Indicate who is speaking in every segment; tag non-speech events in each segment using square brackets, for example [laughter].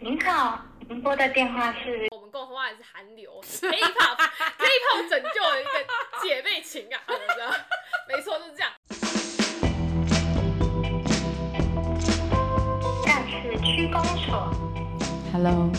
Speaker 1: 您好，您拨的电话是
Speaker 2: 我们共同话也是韩流 K-pop
Speaker 3: [laughs]
Speaker 2: K-pop 拯救了一个姐妹情感，你知道？没错，就是这样。
Speaker 1: 干事区公所。
Speaker 4: Hello，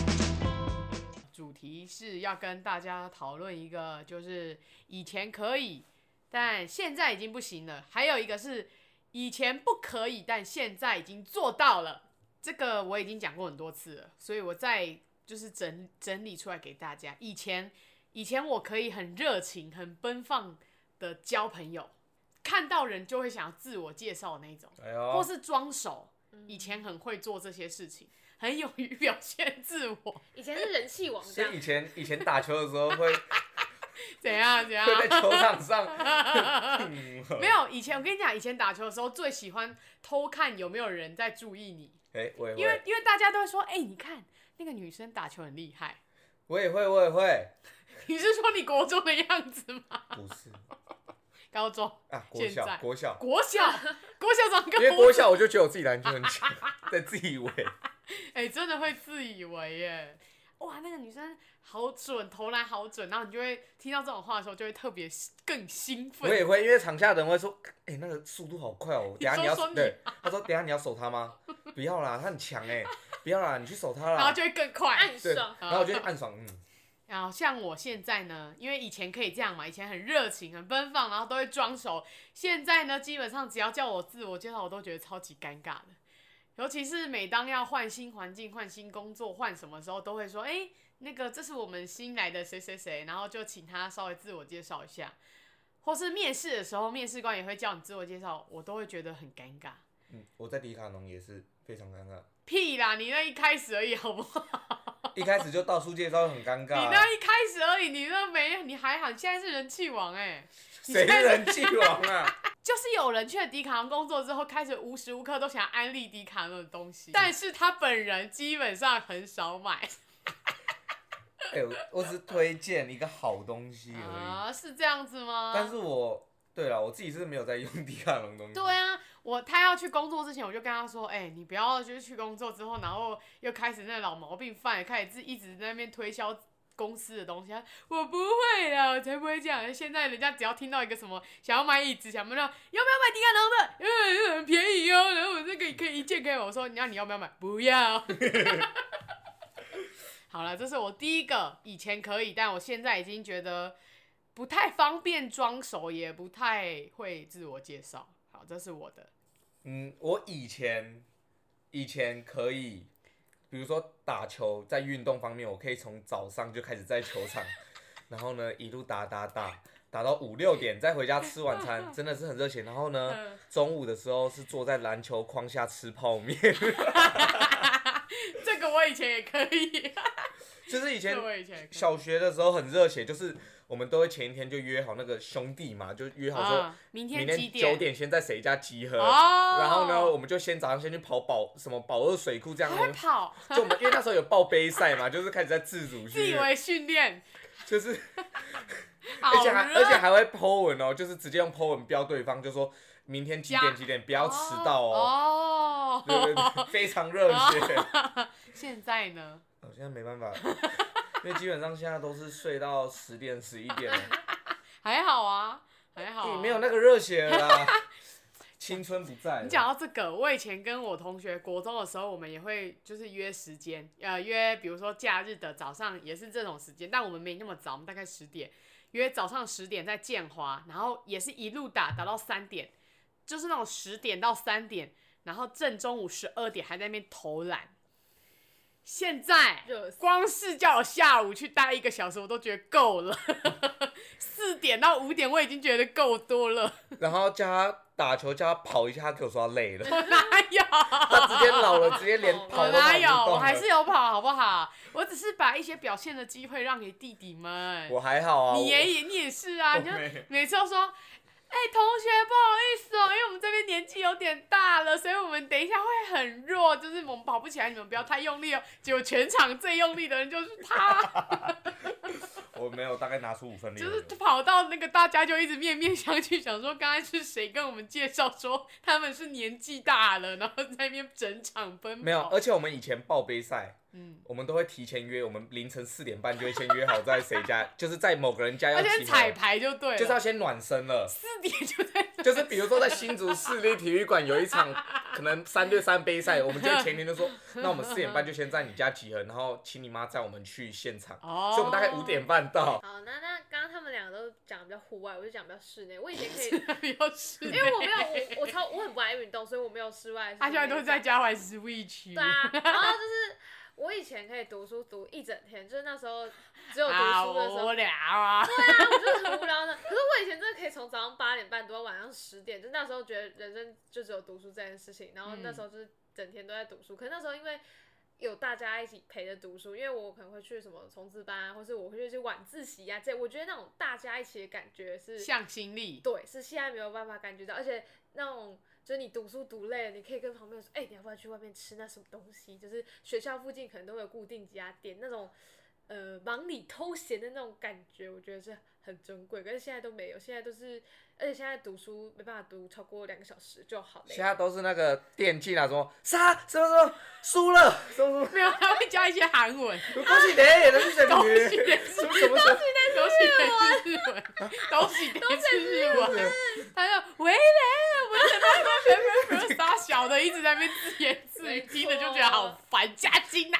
Speaker 3: 主题是要跟大家讨论一个，就是以前可以，但现在已经不行了；还有一个是以前不可以，但现在已经做到了。这个我已经讲过很多次了，所以我再就是整整理出来给大家。以前以前我可以很热情、很奔放的交朋友，看到人就会想要自我介绍那一种。
Speaker 5: 哎呦，
Speaker 3: 或是装熟。以前很会做这些事情，很勇于表现自
Speaker 2: [laughs]
Speaker 3: 我，
Speaker 2: 以前是人气王这
Speaker 5: 所
Speaker 2: 样
Speaker 5: 以以，前以前打球的时候
Speaker 3: [laughs]
Speaker 5: 会
Speaker 3: 怎样怎样？
Speaker 5: 会在球场上，嗯
Speaker 3: [laughs] 没有，以前我跟你讲，以前打球的时候最喜欢偷看有没有人在注意你，
Speaker 5: 哎，我也
Speaker 3: 因为
Speaker 5: 会，
Speaker 3: 因为大家都会说，哎、你看那个女生打球很厉害。 [laughs]
Speaker 5: 我也会，我也会，
Speaker 3: 你是说你国中的样子吗？ [laughs]
Speaker 5: 不是
Speaker 3: 高中、
Speaker 5: 啊，国
Speaker 3: 现在
Speaker 5: 小国小，
Speaker 3: [laughs] 国
Speaker 5: [laughs]
Speaker 3: 小、国小长
Speaker 5: 因为
Speaker 3: 跟
Speaker 5: 国，小我就觉得我自己篮球很强， [laughs] 在自以为，
Speaker 3: [laughs] 哎、真的会自以为耶。哇，那个女生好准，投篮好准，然后你就会听到这种话的时候，就会特别更兴奋。
Speaker 5: 我也会，因为场下的人会说，哎，那个速度好快哦，等下
Speaker 3: 说
Speaker 5: 要
Speaker 3: 说你
Speaker 5: 对，他说等下你要守他吗？ [laughs] 不要啦，他很强哎，不要啦，你去守他
Speaker 3: 然后
Speaker 5: 啦，
Speaker 3: 就会啊更快。
Speaker 2: 暗
Speaker 5: 对，
Speaker 2: 爽。
Speaker 5: 然后我就暗爽，嗯，
Speaker 3: 然后像我现在呢，因为以前可以这样嘛，以前很热情、很奔放，然后都会装熟。现在呢，基本上只要叫我自我介绍，我都觉得超级尴尬的。尤其是每当要换新环境、换新工作、换什么时候，都会说：“哎、那个这是我们新来的谁谁谁。”然后就请他稍微自我介绍一下。或是面试的时候，面试官也会叫你自我介绍，我都会觉得很尴尬。
Speaker 5: 嗯，我在迪卡侬也是非常尴尬，
Speaker 3: 屁啦，你那一开始而已，好不好？
Speaker 5: 一开始就到处介绍很尴尬
Speaker 3: [laughs] 你
Speaker 5: 啊，
Speaker 3: 那一开始而已，你那没，你还好，你现在是人气王哎、
Speaker 5: 谁是人气王啊？
Speaker 3: 就是有人去了迪卡侬工作之后，开始无时无刻都想安利迪卡侬的东西，但是他本人基本上很少买
Speaker 5: 哎、我我只是推荐一个好东西而已。
Speaker 3: 啊，是这样子吗？
Speaker 5: 嗯但是我对了，我自己是没有在用迪卡侬东西。
Speaker 3: 对啊，我他要去工作之前，我就跟他说，哎、你不要就是去工作之后，然后又开始那老毛病犯，开始自一直在那边推销。公司的东西，他我不会啦，我才不会这样。现在人家只要听到一个什么想要买椅子，想不到有没有买迪卡侬的，嗯，很便宜哦。然后我这个可以一件可以买，我说你要你要不要买？不要。好了，这是我第一个，以前可以，但我现在已经觉得不太方便装熟，也不太会自我介绍。好，这是我的。
Speaker 5: 嗯，我以前以前可以，比如说打球，在运动方面，我可以从早上就开始在球场，然后呢一路打打打。打到五六点再回家吃晚餐，真的是很热血。然后呢
Speaker 3: 嗯，
Speaker 5: 中午的时候是坐在篮球框下吃
Speaker 3: [laughs]
Speaker 5: 泡面，
Speaker 3: 这个我以前也可以， [laughs]
Speaker 5: 就是以前
Speaker 3: 这我以前也可以。
Speaker 5: 小学的时候很热血，就是我们都会前一天就约好那个兄弟嘛，就约好说
Speaker 3: 啊，明
Speaker 5: 明
Speaker 3: 天几
Speaker 5: 天九
Speaker 3: 点？
Speaker 5: 点先在谁家集合，
Speaker 3: 哦
Speaker 5: 然后呢，我们就先早上先去跑保什么保二水库这样
Speaker 3: 还，会跑，
Speaker 5: 就我们因为那时候有报杯赛嘛， [laughs] 就是开始在自主
Speaker 3: 啊自
Speaker 5: 训
Speaker 3: 以
Speaker 5: 练，
Speaker 3: 为训练，
Speaker 5: 就是
Speaker 3: 好
Speaker 5: [laughs] 而且还而且
Speaker 3: 热
Speaker 5: 还会 Po 文哦，就是直接用 Po 文标对方，就说明天几
Speaker 3: 加
Speaker 5: 点几点不要迟到哦，
Speaker 3: 哦。
Speaker 5: 对对对，非常热血。
Speaker 3: [laughs] 现在呢？
Speaker 5: 我现在没办法，因为基本上现在都是睡到十点十一
Speaker 3: [laughs]
Speaker 5: 点了。哎
Speaker 3: 还好啊，还好、啊。
Speaker 5: 你没有那个热血
Speaker 3: [laughs]
Speaker 5: 了啦，青春不在了。
Speaker 3: 你讲到这个，我以前跟我同学国中的时候，我们也会就是约时间，呃，约比如说假日的早上也是这种时间，但我们没那么早，我们大概十点约早上十点在建华，然后也是一路打打到三点，就是那种十点到三点，然后正中午十二点还在那边投篮。现在
Speaker 2: 热死
Speaker 3: 光是叫我下午去待一个小时，我都觉得够了。 [laughs] 四点到五点我已经觉得够多了， [laughs]
Speaker 5: 然后叫他打球，叫他跑一下，他给我说他累了，
Speaker 3: 我哪有？
Speaker 5: 他直接老了，直接连跑
Speaker 3: 哦我
Speaker 5: 都跑不动
Speaker 3: 哪
Speaker 5: 了。
Speaker 3: 有？我还是有跑，好不好？我只是把一些表现的机会让给弟弟们。
Speaker 5: 我还好啊，
Speaker 3: 你
Speaker 5: 我
Speaker 3: 爷爷，你也是啊，
Speaker 5: 我
Speaker 3: 你就
Speaker 5: 没有
Speaker 3: 每次都说，哎、同学，不好意思哦，因为我们这边年纪有点大了，所以我们等一下会很弱，就是我们跑
Speaker 5: [laughs]
Speaker 3: 不起来，你们不要太用力哦。结果全场最用力的人就是他，
Speaker 5: 我没有，大概拿出五
Speaker 3: [laughs]
Speaker 5: 分力
Speaker 3: 就
Speaker 5: 而
Speaker 3: 是
Speaker 5: 已。
Speaker 3: 跑到那个大家就一直面面相觑，想说刚才是谁跟我们介绍说他们是年纪大了，然后在那边整场奔跑。
Speaker 5: 没有，而且我们以前报杯赛，
Speaker 3: 嗯，
Speaker 5: 我们都会提前约，我们凌晨四点半就会先约好在谁家， [laughs] 就是在某个人家要
Speaker 3: 而
Speaker 5: 集
Speaker 3: 且
Speaker 5: 合，
Speaker 3: 彩排就对了，
Speaker 5: 就是要先暖身了。
Speaker 3: 四点就在那。
Speaker 5: 就是比如说在新竹市立体育馆有一场可能三对三杯
Speaker 3: [laughs]
Speaker 5: 赛，我们就前天就说，那我们四点半就先在你家集合，然后请你妈载我们去现场，
Speaker 3: 哦，
Speaker 5: 所以我们大概五点半到。
Speaker 2: 好，那那刚刚他们两个都讲比较户外，我就讲比较室内。我以前可以，
Speaker 3: 比较
Speaker 2: [laughs]
Speaker 3: 是，
Speaker 2: 因为我没有我我超我很不爱运动，所以我没有室外。
Speaker 3: 他现在都是在
Speaker 2: 家。
Speaker 3: 家玩 Switch。
Speaker 2: 对啊，然后就是我以前可以读书读一整天，就是那时候只有读
Speaker 3: 啊，
Speaker 2: 书的时
Speaker 3: 我
Speaker 2: 候，
Speaker 3: 我俩啊，
Speaker 2: 对啊，我就是很无聊的。可是我以前真的可以从早上八点半读到晚上十点，就那时候觉得人生就只有读书这件事情，然后那时候就是整天都在读书。可是那时候因为有大家一起陪着读书，因为我可能会去什么冲刺班啊，或是我会去一些晚自习啊，这我觉得那种大家一起的感觉是
Speaker 3: 向心力。
Speaker 2: 对，是现在没有办法感觉到，而且那种就是你读书读累了，你可以跟旁边说，哎、你要不要去外面吃那什么东西？就是学校附近可能都会有固定几家店，那种呃忙里偷闲的那种感觉，我觉得是很珍贵，可是现在都没有，现在都是，而且现在读书没办法读超过两个小时就好累
Speaker 5: 现。在都是那个电竞啊，什么啥什么什么输了，什么什
Speaker 3: 没有，他会教一些韩文，
Speaker 5: 么，恭喜你，人是什么
Speaker 3: 恭喜你
Speaker 5: 什么什么什么，
Speaker 3: 都是日文，都是日文。他就喂嘞，我怎么怎么怎么傻小的，一直在那边自言自语，
Speaker 2: 没错
Speaker 3: 听着就觉得好烦。加金啊，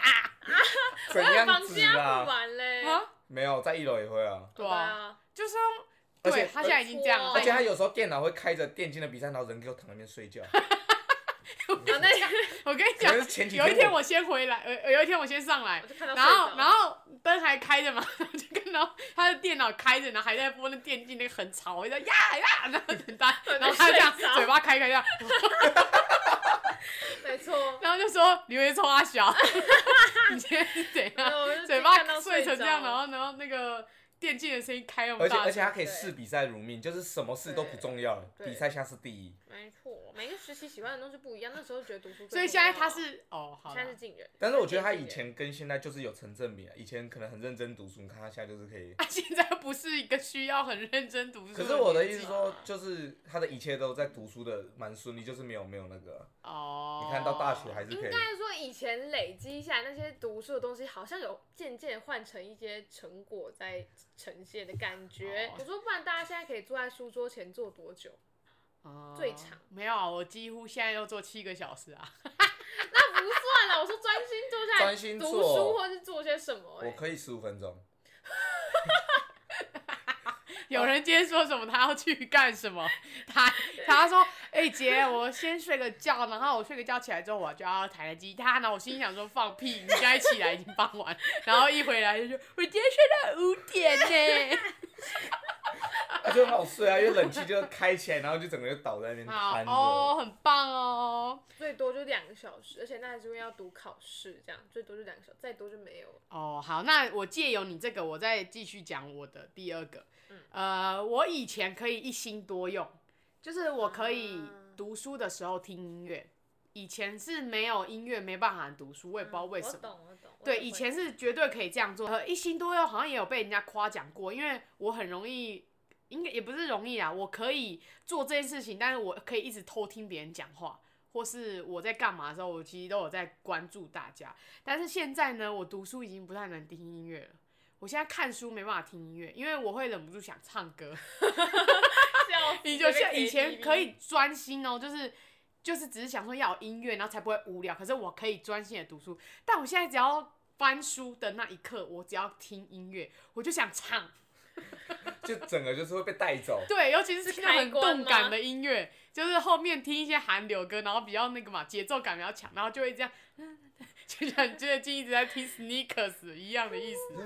Speaker 5: 怎
Speaker 2: 我有
Speaker 5: 样
Speaker 2: 房
Speaker 5: 子
Speaker 2: 间不
Speaker 5: 啊？
Speaker 2: 玩嘞，
Speaker 3: 啊，
Speaker 5: 没有，在一楼也会啊，
Speaker 3: 对
Speaker 2: 对
Speaker 3: 啊，
Speaker 2: 啊，
Speaker 3: 就是用
Speaker 5: 而
Speaker 3: 对
Speaker 5: 且
Speaker 3: 他现在已经这样了，
Speaker 5: 而且
Speaker 3: 已
Speaker 5: 他
Speaker 3: 经
Speaker 5: 有时候电脑会开着电竞的比赛，然后人给我躺那边睡觉。
Speaker 2: [laughs] 然后那
Speaker 3: [laughs] 我跟你
Speaker 5: 可能是
Speaker 3: 讲，
Speaker 5: 前几
Speaker 3: 有
Speaker 5: 天
Speaker 3: 一天
Speaker 5: 我
Speaker 3: 我先回来，呃，有一天我先上来
Speaker 2: 我，就看到
Speaker 3: 然后然
Speaker 2: 后
Speaker 3: 后灯还开着嘛， [laughs] 然后就看到他的电脑开着，然后还在播那电竞那个很吵，我就呀呀，然后
Speaker 2: [laughs]
Speaker 3: 等他，然后他这样
Speaker 2: 睡着
Speaker 3: 嘴巴开开这样，
Speaker 2: 没
Speaker 3: [laughs]
Speaker 2: 错，
Speaker 3: 然后就说你会冲
Speaker 2: [laughs]
Speaker 3: 他小，你今天是怎样？
Speaker 2: 我就
Speaker 3: 嘴
Speaker 2: 看
Speaker 3: 巴
Speaker 2: 到
Speaker 3: 碎成这样，
Speaker 2: 着
Speaker 3: 然后然后那个电竞的声音开那么
Speaker 5: 而且
Speaker 3: 大
Speaker 5: 而且
Speaker 3: 声，
Speaker 5: 他可以视比赛如命，就是什么事都不重要了，
Speaker 2: 对
Speaker 5: 比赛下是第一。
Speaker 2: 没错，每个时期喜欢的东西不一样，那时候觉得读书最
Speaker 3: 所以
Speaker 2: 重
Speaker 3: 现在
Speaker 2: 要
Speaker 3: 他是哦好
Speaker 2: 现
Speaker 3: 啦
Speaker 2: 在是近人，
Speaker 5: 但是我觉得他以前跟现在就是有成正比啊，以前可能很认真读书，你看他现在就是可以。
Speaker 3: [laughs] 他现在不是一个需要很认真读书。
Speaker 5: 可是我的意思
Speaker 3: 是
Speaker 5: 是说，就是他的一切都在读书的蛮顺利，就是没有没有那个啊，
Speaker 3: 哦，
Speaker 5: 你看到大学还是可
Speaker 2: 应
Speaker 5: 以。
Speaker 2: 该说以前累积下来那些读书的东西，好像有渐渐换成一些成果在呈现的感觉
Speaker 3: 哦。
Speaker 2: 我说不然大家现在可以坐在书桌前坐 [laughs] 多久？
Speaker 3: 哦
Speaker 2: 最长
Speaker 3: 没有啊，我几乎现在要做七个小时啊，
Speaker 2: 那不算了，我说专心坐下
Speaker 5: 专心
Speaker 2: 来
Speaker 5: 做
Speaker 2: 读书或是做些什么、
Speaker 5: 我
Speaker 2: 欸。
Speaker 5: 可以十五
Speaker 3: [laughs]
Speaker 5: 分钟，
Speaker 3: 有人今天说什么他要去干什么，他他说哎、姐我先睡个觉，然后我睡个觉起来之后我就要弹个吉他，然后我心里想说放屁，你现在起来已经傍晚，然后一回来就说我今天睡到五点呢、
Speaker 5: 啊，就很好睡啊，因为冷气就开起来，然后就整个就倒在那边
Speaker 3: 好
Speaker 5: 瘫着。
Speaker 3: 哦，很棒哦。
Speaker 2: 最多就两个小时，而且那还是因为要读考试，这样最多就两个小时，再多就没有了。
Speaker 3: 哦，好，那我借由你这个，我再继续讲我的第二个。
Speaker 2: 嗯
Speaker 3: 呃，我以前可以一心多用，就是我可以
Speaker 2: 啊
Speaker 3: 读书的时候听音乐。以前是没有音乐没办法读书，我也不知道为什么
Speaker 2: 嗯我。懂，我懂。我
Speaker 3: 对，
Speaker 2: 也会
Speaker 3: 以前是绝对可以这样做，呃，一心多用好像也有被人家夸奖过，因为我很容易，应该也不是容易啊，我可以做这件事情，但是我可以一直偷听别人讲话，或是我在干嘛的时候，我其实都有在关注大家。但是现在呢，我读书已经不太能听音乐了。我现在看书没办法听音乐，因为我会忍不住想唱歌。
Speaker 2: 笑死
Speaker 3: 你就像
Speaker 2: 被
Speaker 3: 以
Speaker 2: KTV
Speaker 3: 前可以专心哦，就是就是只是想说要有音乐，然后才不会无聊。可是我可以专心的读书，但我现在只要翻书的那一刻，我只要听音乐，我就想唱。
Speaker 5: 就整个就是会被带走。
Speaker 3: 对，尤其是听到
Speaker 2: 开
Speaker 3: 很
Speaker 2: 关
Speaker 3: 动感
Speaker 2: 吗
Speaker 3: 的音乐，就是后面听一些韩流歌，然后比较那个嘛，节奏感比较强，然后就会这样， [laughs] 就像最近一直在听 Sneakers 一样的意
Speaker 5: [laughs]
Speaker 3: 思。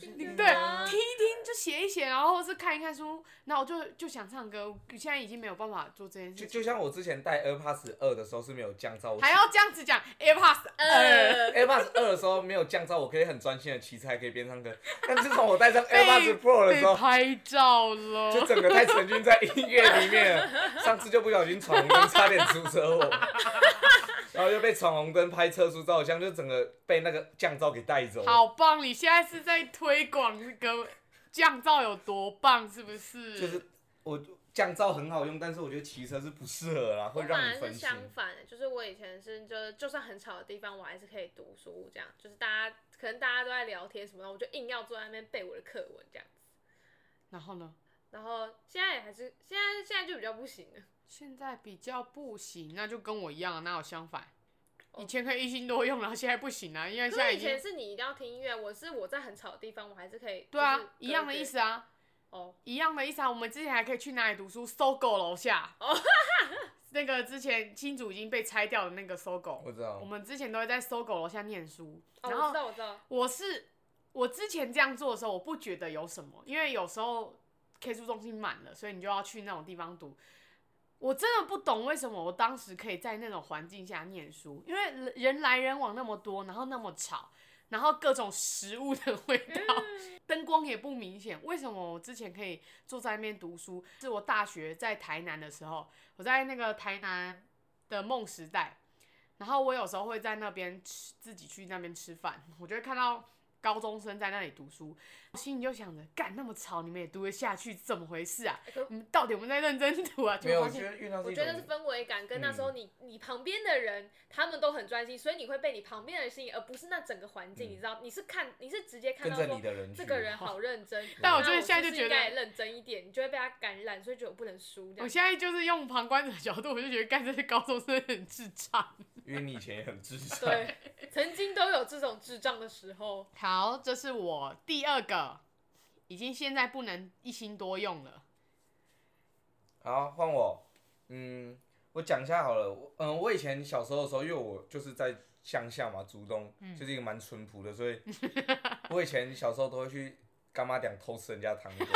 Speaker 2: 真
Speaker 3: 对
Speaker 2: 的啊，
Speaker 3: 听一听就写一写，然后或是看一看书，然后我就就想唱歌。我现在已经没有办法做这件
Speaker 5: 就
Speaker 3: 事情，
Speaker 5: 就像我之前戴 AirPods 二的时候是没有降噪，我
Speaker 3: 还要这样子讲 AirPods 二。
Speaker 2: 呃，
Speaker 5: AirPods 二的时候没有降噪，我可以很专心的骑车，还可以边唱歌。但自从我戴上
Speaker 3: 被
Speaker 5: [laughs] AirPods Pro 的时
Speaker 3: 被
Speaker 5: 候，
Speaker 3: 拍照
Speaker 5: 就
Speaker 3: 了。
Speaker 5: 整个太沉浸在音乐里面了。上次就不小心闯红灯，差点出车祸， [laughs] 然后又被闯红灯拍车速照相，就整个被那个降噪给带走。
Speaker 3: 好棒！你现在是在推广这个降噪有多棒，是不是？
Speaker 2: 嗯
Speaker 5: 就是我降噪很好用，但是我觉得骑车是不适合啦，
Speaker 2: 我
Speaker 5: 会
Speaker 2: 本
Speaker 5: 让
Speaker 2: 来
Speaker 5: 你
Speaker 2: 是
Speaker 5: 分心。
Speaker 2: 相反的，就是我以前是就是就算很吵的地方，我还是可以读书，这样就是大家可能大家都在聊天什么的，我就硬要坐在那边背我的课文这样子。
Speaker 3: 然后呢？
Speaker 2: 然后现在也还是现在现在就比较不行了，
Speaker 3: 现在比较不行，那就跟我一样，那我相反。
Speaker 2: 哦
Speaker 3: 以前可以一心多用，然后现在不行啊，因为现
Speaker 2: 可
Speaker 3: 在
Speaker 2: 是
Speaker 3: 已
Speaker 2: 以
Speaker 3: 经
Speaker 2: 前是你一定要听音乐，我是我在很吵的地方，我还是可以。就
Speaker 3: 对
Speaker 2: 是
Speaker 3: 啊，一样的
Speaker 2: 对
Speaker 3: 意思啊，
Speaker 2: 哦，
Speaker 3: 一样的意思啊。我们之前还可以去哪里读书？搜狗楼下。
Speaker 2: 哦
Speaker 3: [laughs] 那个之前新竹已经被拆掉的那个搜狗
Speaker 5: 我，知道
Speaker 3: 我，们之前都会在搜狗楼下念书。
Speaker 2: 哦，
Speaker 3: 然
Speaker 2: 我
Speaker 3: 后
Speaker 2: 知道，我
Speaker 3: [laughs]
Speaker 2: 知道，
Speaker 3: 我是我之前这样做的时候，我不觉得有什么，因为有时候 K 书中心满了，所以你就要去那种地方读。我真的不懂为什么我当时可以在那种环境下念书，因为人人来人往那么多，然后那么吵，然后各种食物的味道，
Speaker 2: 嗯
Speaker 3: 灯光也不明显。为什么我之前可以坐在那边读书？是我大学在台南的时候，我在那个台南的梦时代，然后我有时候会在那边吃，自己去那边吃饭，我就会看到高中生在那里读书，我心里就想着，干那么吵，你们也读得下去，怎么回事啊？
Speaker 2: 哎可
Speaker 3: 你们到底有没有在认真读啊？
Speaker 5: 没
Speaker 3: 结
Speaker 5: 有，
Speaker 3: 果
Speaker 5: 我
Speaker 3: 发
Speaker 5: 觉
Speaker 3: 现
Speaker 5: 得遇到
Speaker 2: 我
Speaker 5: 是一
Speaker 2: 觉得是
Speaker 5: 种嗯
Speaker 2: 氛围感跟那时候你、你旁边的人他们都很专心，所以你会被你旁边的人吸引，而不是那整个环境，
Speaker 5: 嗯
Speaker 2: 你知道？你是看你是直接看
Speaker 5: 跟
Speaker 2: 到
Speaker 5: 着
Speaker 2: 说
Speaker 5: 你的人去，
Speaker 2: 这个人好认真，
Speaker 3: 但我
Speaker 2: 那
Speaker 3: 就现在
Speaker 2: 是不是
Speaker 3: 就觉
Speaker 2: 应该
Speaker 3: 得
Speaker 2: 认真一点，你就会被他感染，所以觉得我不能输这
Speaker 3: 我
Speaker 2: 样。
Speaker 3: 现在就是用旁观者的角度，我就觉得干这些高中生很智障。
Speaker 5: 因为你以前也
Speaker 2: [laughs]
Speaker 5: 很智障。
Speaker 2: 对，曾经都有这种智障的时候。 [laughs]
Speaker 3: 好，这是我第二个，已经现在不能一心多用了。
Speaker 5: 好，换我。嗯，我讲一下好了。我嗯，我以前小时候的时候，因为我就是在乡下嘛，竹东，
Speaker 2: 嗯
Speaker 5: 就是一个蛮淳朴的，
Speaker 2: [laughs]
Speaker 5: 所以我以前小时候都会去干妈店偷吃人家糖果。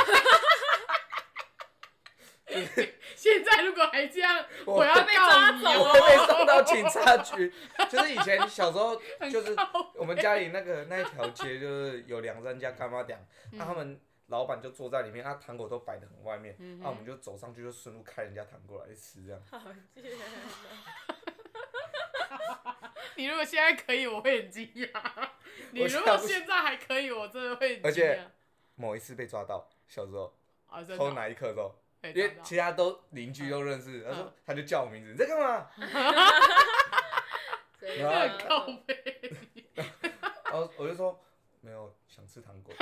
Speaker 3: 现在如果还这样，
Speaker 2: [laughs]
Speaker 5: 我
Speaker 3: 我要
Speaker 5: 会
Speaker 2: 被抓
Speaker 3: 告你
Speaker 2: 走
Speaker 5: 我
Speaker 3: 哦
Speaker 5: 会被送到警察局。就是以前小时候，
Speaker 2: [laughs]
Speaker 5: 就是我们家里那个那一条街，就是有两三家干妈店，
Speaker 3: 嗯
Speaker 5: 那、他们老板就坐在里面，他糖果都摆得很外面，那、
Speaker 3: 嗯
Speaker 5: 啊我们就走上去，就顺路开人家糖果来吃，这样。
Speaker 2: 好贱啊！
Speaker 3: 你如果现在可以，我会很惊讶。你
Speaker 5: 我
Speaker 3: 如
Speaker 5: 现
Speaker 3: 果
Speaker 5: 在不
Speaker 3: 现在还可以，我真的会很
Speaker 5: 而
Speaker 3: 惊
Speaker 5: 且
Speaker 3: 讶。
Speaker 5: 某一次被抓到，小时候
Speaker 3: 啊，真的
Speaker 5: 偷
Speaker 3: 哦，
Speaker 5: 哪一刻都，
Speaker 3: 被
Speaker 5: 因为
Speaker 3: 抓到
Speaker 5: 其他都邻居都认识，他
Speaker 3: 嗯
Speaker 5: 说他就叫我名字，你在干嘛？
Speaker 2: 对
Speaker 5: 然后
Speaker 2: 啊
Speaker 3: 这个 [laughs] 靠背。
Speaker 5: 然后我就说没有，想吃糖
Speaker 3: [laughs]
Speaker 5: 果。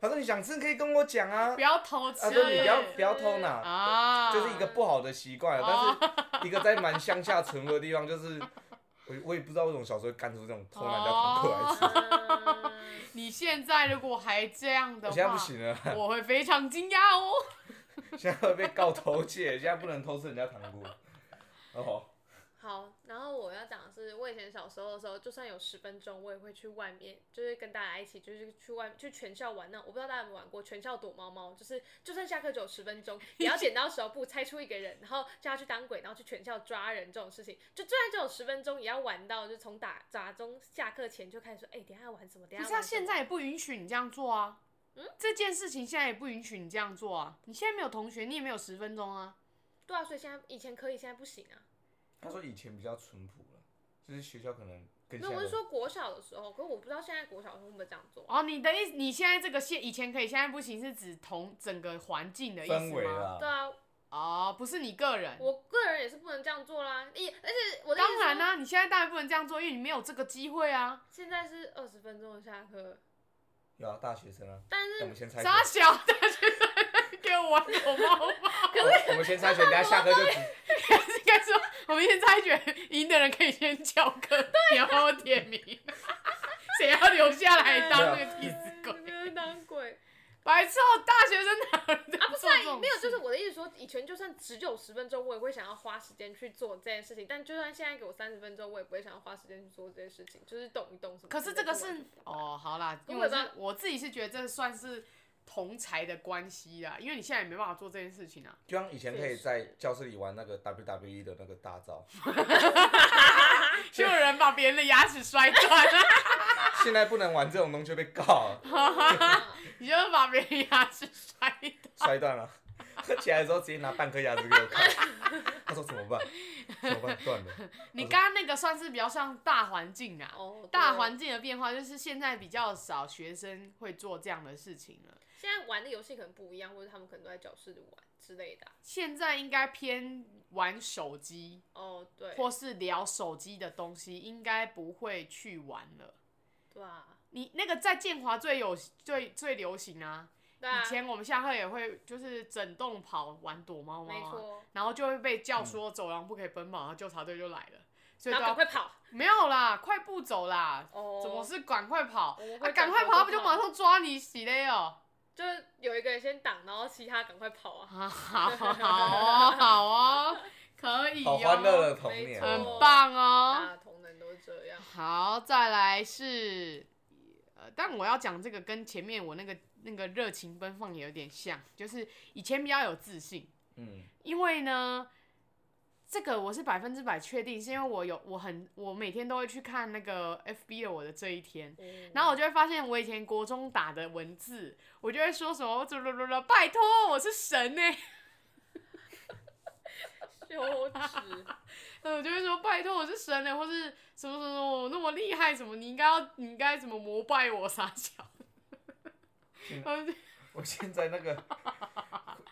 Speaker 5: 他说你想吃可以跟我讲啊
Speaker 3: 不，要偷吃。
Speaker 5: 他说你不要
Speaker 2: 吃
Speaker 5: 不要偷拿，
Speaker 3: 啊，
Speaker 5: 就是一个不好的习惯
Speaker 3: 哦
Speaker 5: 啊。但是一个在蛮乡下淳朴的地方，就是我我也不知道为什么小时候干出这种偷拿人家
Speaker 2: 哦
Speaker 5: 糖果来吃，
Speaker 2: 嗯
Speaker 3: 你现在如果还这样的
Speaker 5: 我
Speaker 3: 话，
Speaker 5: 现在不行了，
Speaker 3: 我会非常惊讶哦。
Speaker 5: 现在会被告偷窃，现在不能偷吃人家糖果。哦，
Speaker 2: 好，然后我要讲的是，我以前小时候的时候，就算有十分钟，我也会去外面，就是跟大家一起，就是去外去全校玩那种。我不知道大家有没有玩过全校躲猫猫，就是就算下课只有十分钟，也要剪刀石头布猜出一个人，然后叫他去当鬼，然后去全校抓人这种事情，就就算只有十分钟，也要玩到就是从打打钟下课前就开始说，哎、等一下要玩什么？等一
Speaker 3: 可
Speaker 2: 下
Speaker 3: 是
Speaker 2: 要
Speaker 3: 啊他
Speaker 2: 玩什
Speaker 3: 现
Speaker 2: 么。
Speaker 3: 在也不允许你这样做啊。这件事情现在也不允许你这样做啊。你现在没有同学，你也没有十分钟啊。
Speaker 2: 对啊，所以现在以前可以，现在不行啊。
Speaker 5: 他说以前比较淳朴了，就是学校可能跟
Speaker 2: 没有，
Speaker 5: 现
Speaker 2: 我
Speaker 5: 在
Speaker 2: 是说国小的时候，可是我不知道现在国小的时候会不会这样做。啊
Speaker 3: 哦，你的意思，你现在这个现以前可以，现在不行，是指同整个环境的意思
Speaker 5: 氛围
Speaker 3: 吗？
Speaker 5: 啦
Speaker 2: 对。啊，
Speaker 3: 哦，不是你个人。
Speaker 2: 我个人也是不能这样做啦。一而且我的意思
Speaker 3: 当
Speaker 2: 是
Speaker 3: 然啊啦、你现在当然不能这样做，因为你没有这个机会啊。
Speaker 2: 现在是二十分钟的下课，
Speaker 5: 有啊，大学生啊。
Speaker 2: 但
Speaker 5: 那我
Speaker 2: 是
Speaker 5: 们先猜拳
Speaker 3: 傻，小大学生给我玩躲猫猫， [laughs]
Speaker 5: 我们先猜拳，等下下
Speaker 2: [laughs]
Speaker 5: 课就直
Speaker 3: 应该说我们先猜拳，赢的人可以先叫歌，
Speaker 2: 啊
Speaker 3: 你要帮我点名，谁要留下来当那 [laughs]
Speaker 5: 啊
Speaker 3: 个替死鬼？
Speaker 2: 鬼，当鬼
Speaker 3: [laughs] 白痴哦，大学生哪有人在
Speaker 2: 啊！不是
Speaker 3: 做这
Speaker 2: 啊，
Speaker 3: 种
Speaker 2: 没有，就是
Speaker 3: 事
Speaker 2: 我的意思说，以前就算只有十分钟，我也会想要花时间去做这件事情。但就算现在给我三十分钟，我也不会想要花时间去做这件事情，就是动一动什么之类的。
Speaker 3: 可是这个
Speaker 2: 不然
Speaker 3: 是
Speaker 2: 就不玩，
Speaker 3: 哦，好啦，因
Speaker 2: 因为
Speaker 3: 为是
Speaker 2: 我知道
Speaker 3: 我自己是觉得这算是同才的关系啦，因为你现在也没办法做这件事情啊。
Speaker 5: 就像以前可以
Speaker 2: 确实
Speaker 5: 在教室里玩那个 WWE 的那个大招，
Speaker 3: 就有人把别人的牙齿摔断啊 [laughs] 了，
Speaker 5: 现在不能玩这种东西就被告了，
Speaker 2: 啊
Speaker 3: 你就把别人牙齿摔断。
Speaker 5: 摔断了。 [laughs] 起来的时候直接拿半颗牙齿给我看， [laughs] 他说怎么办？怎么办？
Speaker 3: [laughs]
Speaker 5: 断了。
Speaker 3: 你刚刚那个算是比较像大环境啊，
Speaker 2: 哦，对
Speaker 3: 大环境的变化就是现在比较少学生会做这样的事情了。
Speaker 2: 现在玩的游戏可能不一样，或者他们可能都在教室里玩之类的啊、
Speaker 3: 现在应该偏玩手机
Speaker 2: 哦，对，
Speaker 3: 或是聊手机的东西，应该不会去玩了。
Speaker 2: 对啊，
Speaker 3: 你那个在建华最有最最流行啊！
Speaker 2: 对啊，
Speaker 3: 以前我们下课也会就是整栋跑玩躲猫猫
Speaker 2: 没
Speaker 3: 啊，
Speaker 2: 错，
Speaker 3: 然后就会被
Speaker 5: 嗯
Speaker 3: 叫说走廊不可以奔跑，然后纠察队就来了，所以
Speaker 2: 然
Speaker 3: 都
Speaker 2: 后赶
Speaker 3: 要
Speaker 2: 快跑，
Speaker 3: 没有啦，快步走啦，
Speaker 2: 哦，
Speaker 3: 怎么是赶快跑
Speaker 2: 我们？会
Speaker 3: 啊，赶快
Speaker 2: 赶快
Speaker 3: 跑不就
Speaker 2: 跑
Speaker 3: 马上抓你洗嘞哦！ [laughs]
Speaker 2: 就是有一个人先挡，然后其他赶快跑啊，
Speaker 3: 好好哦，好哦，可以、哦，
Speaker 5: 好欢乐的童
Speaker 2: 没
Speaker 5: 年，
Speaker 2: 错
Speaker 3: 很棒哦。
Speaker 2: 大同人都是这样，
Speaker 3: 好，再来是，呃，但我要讲这个跟前面我那个那个热情奔放也有点像，就是以前比较有自信，
Speaker 5: 嗯，
Speaker 3: 因为呢，这个我是百分之百确定，是因为我有我很我每天都会去看那个 FB 的我的这一天，
Speaker 2: 嗯
Speaker 3: 然后我就会发现，我以前国中打的文字，我就会说什么，怎么怎么，拜托，我是神欸呢、
Speaker 2: 羞耻，
Speaker 3: [laughs] 呃，我就会说拜托我是神欸呢、或是什么什么什么我那么厉害，什么你应该要你应该怎么膜拜我傻笑。
Speaker 5: 嗯
Speaker 3: [laughs] 呃
Speaker 5: 我现在那个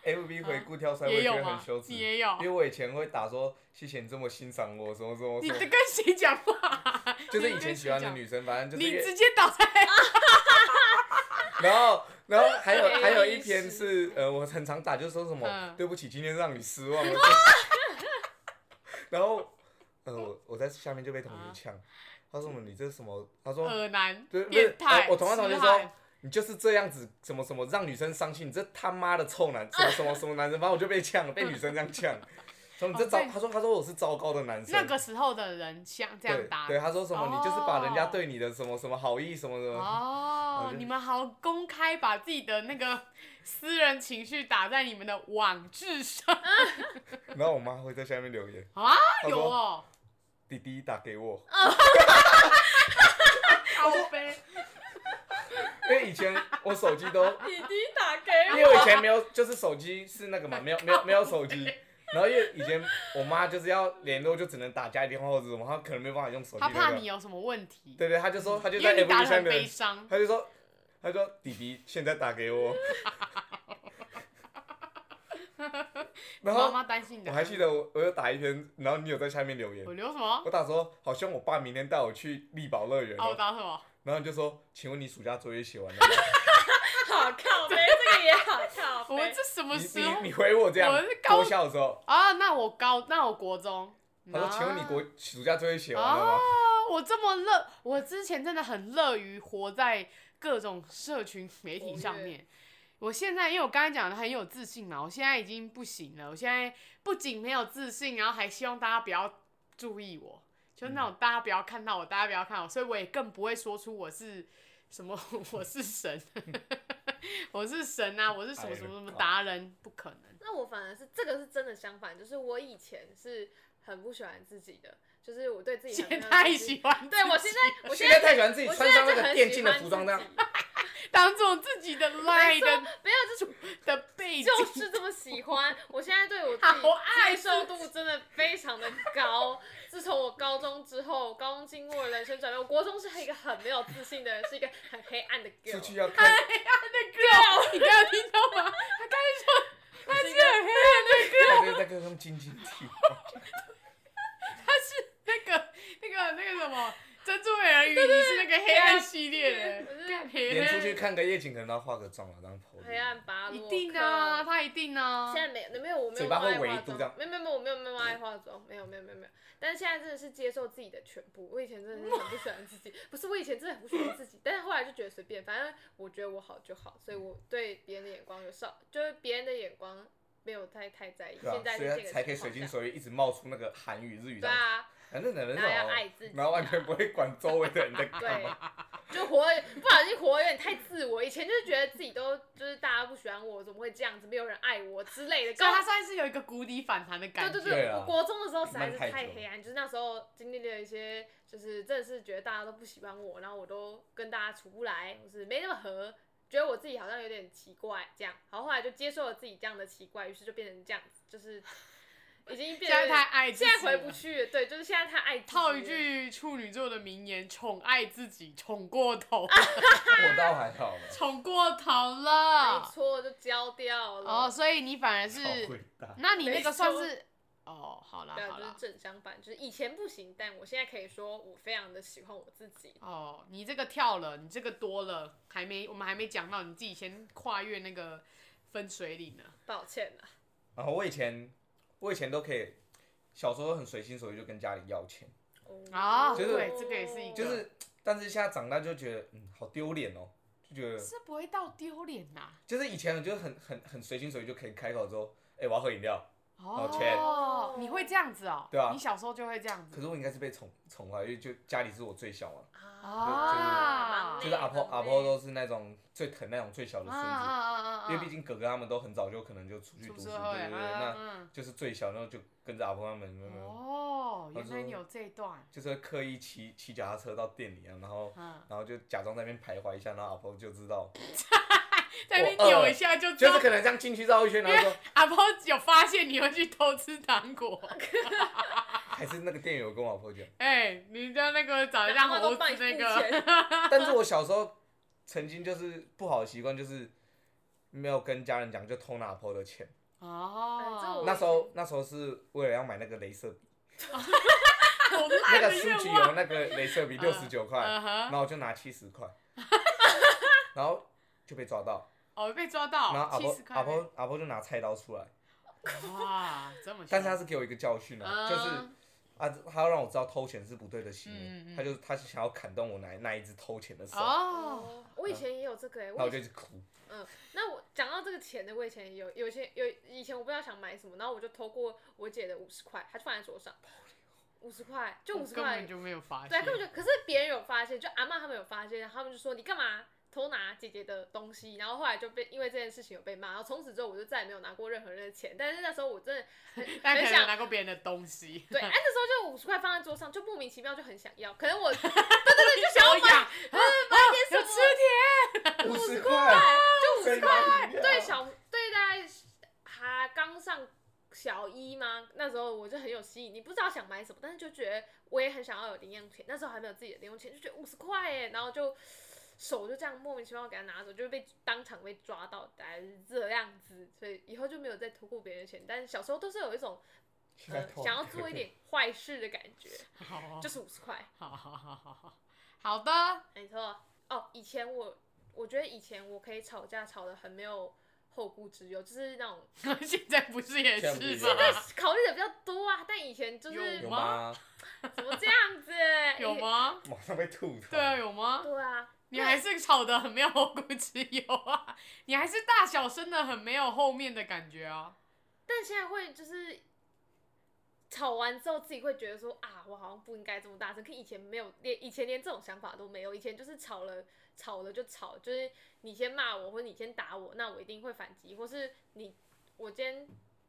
Speaker 5: FB 回顾跳出来，
Speaker 3: 嗯
Speaker 5: 我
Speaker 3: 也
Speaker 5: 也觉
Speaker 3: 有
Speaker 5: 得
Speaker 3: 吗
Speaker 5: 很羞？耻，
Speaker 3: 你
Speaker 5: 因
Speaker 3: 也有
Speaker 5: 为？我以前会打说谢谢你这么欣赏我，什么什么
Speaker 3: 你
Speaker 5: 什
Speaker 3: 在
Speaker 5: 么，
Speaker 3: 跟谁讲话？
Speaker 5: 就是
Speaker 3: 你跟
Speaker 5: 以
Speaker 3: 谁
Speaker 5: 前喜欢的
Speaker 3: 讲
Speaker 5: 女生，反正就是
Speaker 3: 你
Speaker 5: 越
Speaker 3: 直接倒在
Speaker 5: [laughs] 然后，然后
Speaker 3: [laughs]
Speaker 5: 还
Speaker 3: 哎
Speaker 5: 有
Speaker 2: 没
Speaker 5: 还有
Speaker 2: 意
Speaker 5: 一篇
Speaker 2: 思
Speaker 5: 是呃，我很常打，就说什么、
Speaker 3: 嗯
Speaker 5: 对不起，今天让你
Speaker 3: [laughs]
Speaker 5: 失望了。然后，呃，我我在下面就被同学
Speaker 3: 啊
Speaker 5: 呛，他说什么你这是什么？他说、
Speaker 3: 耳男
Speaker 5: 对，不是
Speaker 3: 变态，
Speaker 5: 呃我同班同学
Speaker 3: 痴
Speaker 5: 说
Speaker 3: 汉
Speaker 5: 你就是这样子，什么什么让女生伤心，你这他妈的臭
Speaker 3: [laughs]
Speaker 5: 男，什么什么什么男生，反正我就被呛了，被女生这样呛。说你这糟，
Speaker 3: 对
Speaker 5: 他说他说我是糟糕的男生。
Speaker 3: 哦那个时候的人像这样
Speaker 5: 对
Speaker 3: 打
Speaker 5: 对，他说什么、你就是把人家对你的什么什么好意什么什么。
Speaker 3: 哦
Speaker 5: 我，就
Speaker 3: 你们好公开把自己的那个私人情绪打在你们的网志
Speaker 5: [laughs]
Speaker 3: 上
Speaker 5: 然后我妈会在下面留言，
Speaker 3: 啊？
Speaker 5: 她
Speaker 3: 有
Speaker 5: 说
Speaker 3: 哦，
Speaker 5: 弟弟打给我。
Speaker 3: 好悲。
Speaker 5: 因为以前我手机
Speaker 3: [laughs]
Speaker 5: 都，
Speaker 2: 弟弟打给
Speaker 5: 因
Speaker 2: 我，
Speaker 5: 为我以前没有，就是手机是那个嘛，没有没有没有手机，然后因为以前我妈就是要联络就只能打家里电话或者什么，她可能没办法用手机
Speaker 3: 他
Speaker 5: 那个。
Speaker 3: 怕你有什么问题，
Speaker 5: 对对，她就说她就
Speaker 3: 因为
Speaker 5: 在
Speaker 3: 你打
Speaker 5: FB
Speaker 3: 得很
Speaker 5: 上
Speaker 3: 悲
Speaker 5: 面，
Speaker 3: 伤。
Speaker 5: 她就说她说弟弟现在打给我， [laughs]
Speaker 3: 妈
Speaker 5: 然后
Speaker 3: 妈啊担心你的
Speaker 5: 我
Speaker 3: 安
Speaker 5: 还
Speaker 3: 危。
Speaker 5: 记得我我有打一篇，然后你有在下面留言
Speaker 3: 我，留什么？
Speaker 5: 我打说好像我爸明天带我去力宝乐园
Speaker 3: 啊，我
Speaker 5: 哦，
Speaker 3: 打什么？
Speaker 5: 然后你就说请问你暑假作业写完了吗？
Speaker 2: 好靠背，这个也好靠
Speaker 3: 我
Speaker 2: 背
Speaker 3: 这，什么时
Speaker 5: 你
Speaker 3: 候
Speaker 5: 你你回我这样
Speaker 3: 我是，高
Speaker 5: 国小的时候。
Speaker 3: 啊？那我高，那我国中。
Speaker 5: 他说：“请问你国暑假作业写完了吗
Speaker 3: 啊？”？我这么乐，我之前真的很乐于活在各种社群媒体
Speaker 2: 哦
Speaker 3: 上面。我现在因为我刚才讲的很有自信嘛，我现在已经不行了。我现在不仅没有自信，然后还希望大家不要注意我，就那种大家不要看到我，大家不要看我，所以我也更不会说出我是什么， [laughs] 我是 [laughs] 神，我是神啊，我是什么什么什么达人，不可能。
Speaker 2: 那我反而是这个是真的相反，就是我以前是很不喜欢自己的，就是我对自己很没
Speaker 3: 现
Speaker 2: 有
Speaker 3: 在
Speaker 2: 自信
Speaker 3: 喜欢自己，
Speaker 2: 对我现在，我
Speaker 5: 现
Speaker 2: 在
Speaker 5: 在太喜欢自己
Speaker 2: 我
Speaker 5: 穿
Speaker 2: 现在
Speaker 5: 上那
Speaker 2: 就
Speaker 5: 个
Speaker 2: 很
Speaker 5: 电
Speaker 2: 喜
Speaker 5: 竞的
Speaker 2: 欢
Speaker 5: 服装
Speaker 2: 自
Speaker 5: 那样
Speaker 2: 己，
Speaker 3: 当做自己的 lie 的
Speaker 2: 没有，就是
Speaker 3: [laughs] 的背景，
Speaker 2: 就是这么喜欢。我现在对我自
Speaker 3: 好爱
Speaker 2: 己接受度真的非常的高。自从我高中之后，高中经过了人生转变，我国中是一个很没有自信的人，是一个很黑暗的 girl，
Speaker 5: 出去要看，
Speaker 3: girl，你刚刚听到吗？他刚才说他是很黑暗的，
Speaker 5: 他就在跟他们晶晶体。
Speaker 3: [laughs] 他是那个那个那个什么珍珠美人鱼，你是那个黑暗系列的，
Speaker 2: 对对
Speaker 3: 干黑
Speaker 5: 连
Speaker 3: 暗
Speaker 5: 出去看个夜景，可能要化个妆了，啊当头。
Speaker 2: 黑暗巴洛
Speaker 3: 一
Speaker 2: 克
Speaker 3: 定啊，。他一定啊
Speaker 2: 现。在没有没有，我没有
Speaker 5: 嘴巴
Speaker 2: 那么
Speaker 5: 会
Speaker 2: 爱
Speaker 5: 围
Speaker 2: 化
Speaker 5: 住
Speaker 2: 妆
Speaker 5: 这样，
Speaker 2: 没有没有没有，我没有那么爱化妆，没有没有没有没有。但是现在真的是接受自己的全部。我以前真的是很不喜欢自己，不是我以前真的很不喜欢自己，但是后来就觉得随便，反正我觉得我好就好，所以我对别人的眼光有少，就是别人的眼光没有太太在意。
Speaker 5: 对
Speaker 2: 现
Speaker 5: 啊，
Speaker 2: 在
Speaker 5: 所
Speaker 2: 是这
Speaker 5: 以他
Speaker 2: 个
Speaker 5: 才可以
Speaker 2: 情
Speaker 5: 随
Speaker 2: 况
Speaker 5: 心
Speaker 2: 下
Speaker 5: 所欲，一直冒出那个韩语、日语这
Speaker 2: 对
Speaker 5: 样。
Speaker 2: 啊，
Speaker 5: 反正人很
Speaker 2: 大家要
Speaker 5: 少
Speaker 2: 爱自己，啊
Speaker 5: 然后完全不会管周围的人在干
Speaker 2: 对
Speaker 5: 嘛。， [laughs]
Speaker 2: 就活不小心活得有点太自我。以前就是觉得自己都就是大家不喜欢我，怎么会这样子，没有人爱我之类的。
Speaker 3: 所以
Speaker 2: 高
Speaker 3: 他算是有一个谷底反弹的感
Speaker 2: 对
Speaker 3: 觉。
Speaker 2: 对
Speaker 5: 对
Speaker 2: 对，
Speaker 5: 啊
Speaker 2: 我国中的时候实在是
Speaker 5: 慢太
Speaker 2: 太
Speaker 5: 久
Speaker 2: 黑暗，就是那时候经历了一些，就是真的是觉得大家都不喜欢我，然后我都跟大家处不来，我是没那么合，觉得我自己好像有点奇怪，这样，然后后来就接受了自己这样的奇怪，于是就变成这样子，
Speaker 3: [laughs]
Speaker 2: 就是已经变
Speaker 3: 现在
Speaker 2: 得
Speaker 3: 太爱自己
Speaker 2: 现
Speaker 3: 了
Speaker 2: 在回不去了，对，就是现在太爱自己了
Speaker 3: 套一，句处女座的名言：宠爱自己，宠过头，
Speaker 2: 啊
Speaker 5: 我倒还好了。
Speaker 3: 宠过头
Speaker 2: 没
Speaker 3: 了。
Speaker 2: 错，就焦掉了，
Speaker 3: 啊哦，所以你反而 [laughs]
Speaker 5: 好
Speaker 3: 是，
Speaker 5: 伟大，
Speaker 2: 啊
Speaker 3: 那你那个算
Speaker 2: 没
Speaker 3: 是哦，好啦
Speaker 2: 对啊，
Speaker 3: 好
Speaker 2: 就是
Speaker 3: 啦，
Speaker 2: 正相反，就是以前不行，但我现在可以说我非常的喜欢我自己。
Speaker 3: 哦，你这个跳了，你这个多了，还没我们还没讲到，你自己先跨越那个分水岭呢。
Speaker 2: 抱歉啊了，
Speaker 5: 然后我以前我以前都可以，小时候很随心所欲，就跟家里要钱，
Speaker 2: 嗯
Speaker 3: 啊
Speaker 5: 就是对
Speaker 3: 这个也是一个
Speaker 5: 就，是，但是现在长大就觉得，嗯，好丢脸哦，就觉得，
Speaker 3: 是不会到丢脸呐。
Speaker 5: 就是以前我就很很很随心所欲，就可以开口说，哎、我要喝饮料。抱歉
Speaker 3: 哦，你会这样子哦？
Speaker 5: 对啊
Speaker 3: 你小时候就会这样
Speaker 5: 可
Speaker 3: 子。
Speaker 5: 是我应该是被宠宠坏，因为就家里是我最小嘛，
Speaker 3: 啊
Speaker 5: 就是阿婆阿婆
Speaker 2: 都
Speaker 5: 都是那种最疼那种最小的
Speaker 3: 啊
Speaker 5: 孙
Speaker 3: 啊
Speaker 5: 子，
Speaker 3: 啊啊啊！
Speaker 5: 因为毕竟哥哥他们都很早就可能就出去
Speaker 3: 出
Speaker 5: 读书，
Speaker 3: 社
Speaker 5: 对
Speaker 3: 会，
Speaker 5: 对对，那
Speaker 3: 嗯嗯
Speaker 5: 就是最小，然后就跟着阿婆他们，
Speaker 3: 嗯
Speaker 5: 嗯
Speaker 3: 哦，
Speaker 5: 他
Speaker 3: 原来
Speaker 5: 说
Speaker 3: 你有这一段，
Speaker 5: 就是会刻意骑骑脚踏车到店里啊，然后
Speaker 3: 嗯，
Speaker 5: 然后就假装在那边徘徊一下，然后阿婆就知道，
Speaker 3: 在那
Speaker 5: 我
Speaker 3: 边
Speaker 5: 饿
Speaker 3: 扭
Speaker 5: 了
Speaker 3: 一下就知
Speaker 5: 就
Speaker 3: 道
Speaker 5: 是可能这样进去绕一圈，
Speaker 3: [laughs]
Speaker 5: 然后说
Speaker 3: 阿婆有发现你会去偷吃糖果，
Speaker 5: 还是那个店员有跟我老婆讲，
Speaker 3: 哎、你的那个长得像猴子那个， [laughs]
Speaker 5: 但是我小时候曾经就是不好的习惯就是没有跟家人讲，就偷拿阿婆的钱。
Speaker 2: 哎这我
Speaker 3: 哦，
Speaker 5: 那时候那时候是为了要买那个镭射笔，
Speaker 3: 好
Speaker 5: 那
Speaker 3: 烂
Speaker 5: 个
Speaker 3: 的
Speaker 5: 书局
Speaker 3: 愿
Speaker 5: 有
Speaker 3: 望，
Speaker 5: 那个镭射笔
Speaker 3: 嗯
Speaker 5: 六十九块，
Speaker 3: [laughs] 嗯哼，
Speaker 5: 然后我就拿七
Speaker 3: [laughs]
Speaker 5: 十块，然后就被抓到，
Speaker 3: 哦被抓
Speaker 5: 然后
Speaker 3: 到
Speaker 5: 阿
Speaker 3: 七
Speaker 5: 婆
Speaker 3: 十块嗯
Speaker 5: 阿
Speaker 3: 被，
Speaker 5: 婆阿婆就拿菜刀出来，
Speaker 3: 哇，这么凶，
Speaker 5: 但是他是给我一个教训啊，就是
Speaker 3: 嗯。
Speaker 5: 啊，他要让我知道偷钱是不对的行为，
Speaker 3: 嗯嗯嗯
Speaker 5: 他就是他是想要砍动我那那一只偷钱的
Speaker 3: 哦，
Speaker 5: 手，
Speaker 2: 哦，我以前也有这个哎、
Speaker 5: 然
Speaker 2: 我
Speaker 5: 后我
Speaker 2: 以
Speaker 5: 就
Speaker 2: 前
Speaker 5: 一直哭，
Speaker 2: 嗯，那我讲到这个钱的，我以前有有些有以前我不知道想买什么，然后我就偷过我姐的五十块，她就放在桌上，五十块就五十
Speaker 3: 根
Speaker 2: 块
Speaker 3: 本，就没有发现，
Speaker 2: 对，根本就可是别人有发现，就阿妈他们有发现，然后他们就说你干嘛偷拿姐姐的东西，然后后来就被因为这件事情有被骂，然后从此之后我就再也没有拿过任何人的钱，但是那时候我真的
Speaker 3: 但可
Speaker 2: 很
Speaker 3: 能有
Speaker 2: 想
Speaker 3: 拿过别人的东 [laughs] 西，
Speaker 2: 对，哎、那时候就五十块放在桌上，就莫名其妙就很想要，可能
Speaker 3: [laughs]
Speaker 2: 我对对对，就想要买， [laughs]
Speaker 3: 啊，啊有吃甜，
Speaker 5: 五十块，
Speaker 2: 啊就五十块，
Speaker 5: 块
Speaker 2: 对小对大概还刚上小一吗？那时候我就很有吸引力，不知道想买什么，但是就觉得我也很想要有零用钱，那时候还没有自己的零用钱，就觉得五十块耶，然后就手就这样莫名其妙给他拿走，就被当场被抓到，大概是这样子，所以以后就没有再偷过别人的钱，但是小时候都是有一种、呃、想要做一
Speaker 5: [laughs]
Speaker 2: 点坏事的感觉，
Speaker 3: 好哦，
Speaker 2: 就是五十块。
Speaker 3: 好好好好好，好的， [laughs]
Speaker 2: 没错。哦，以前我我觉得以前我可以吵架吵得很没有后顾之忧，就是那种
Speaker 3: 现在不是也
Speaker 5: 现在不是
Speaker 3: 是
Speaker 5: 也是
Speaker 3: 吗？
Speaker 2: 考虑的比较多啊。但以前就是
Speaker 5: 有
Speaker 3: 有
Speaker 5: 吗
Speaker 3: 吗？
Speaker 5: [laughs]
Speaker 2: 怎么这样子？
Speaker 3: 有
Speaker 2: 以？
Speaker 3: 吗？
Speaker 5: 马上被吐槽。
Speaker 3: 对啊，有吗？
Speaker 2: 对啊，
Speaker 3: 你还是吵得很没有后顾之忧啊， [laughs] 你还是大小声的很没有后面的感觉啊。
Speaker 2: 但现在会就是吵完之后自己会觉得说啊，我好像不应该这么大声。可以前没有，连以前连这种想法都没有，以前就是吵了吵了就吵，就是你先骂我或者你先打我，那我一定会反击，或是你我今天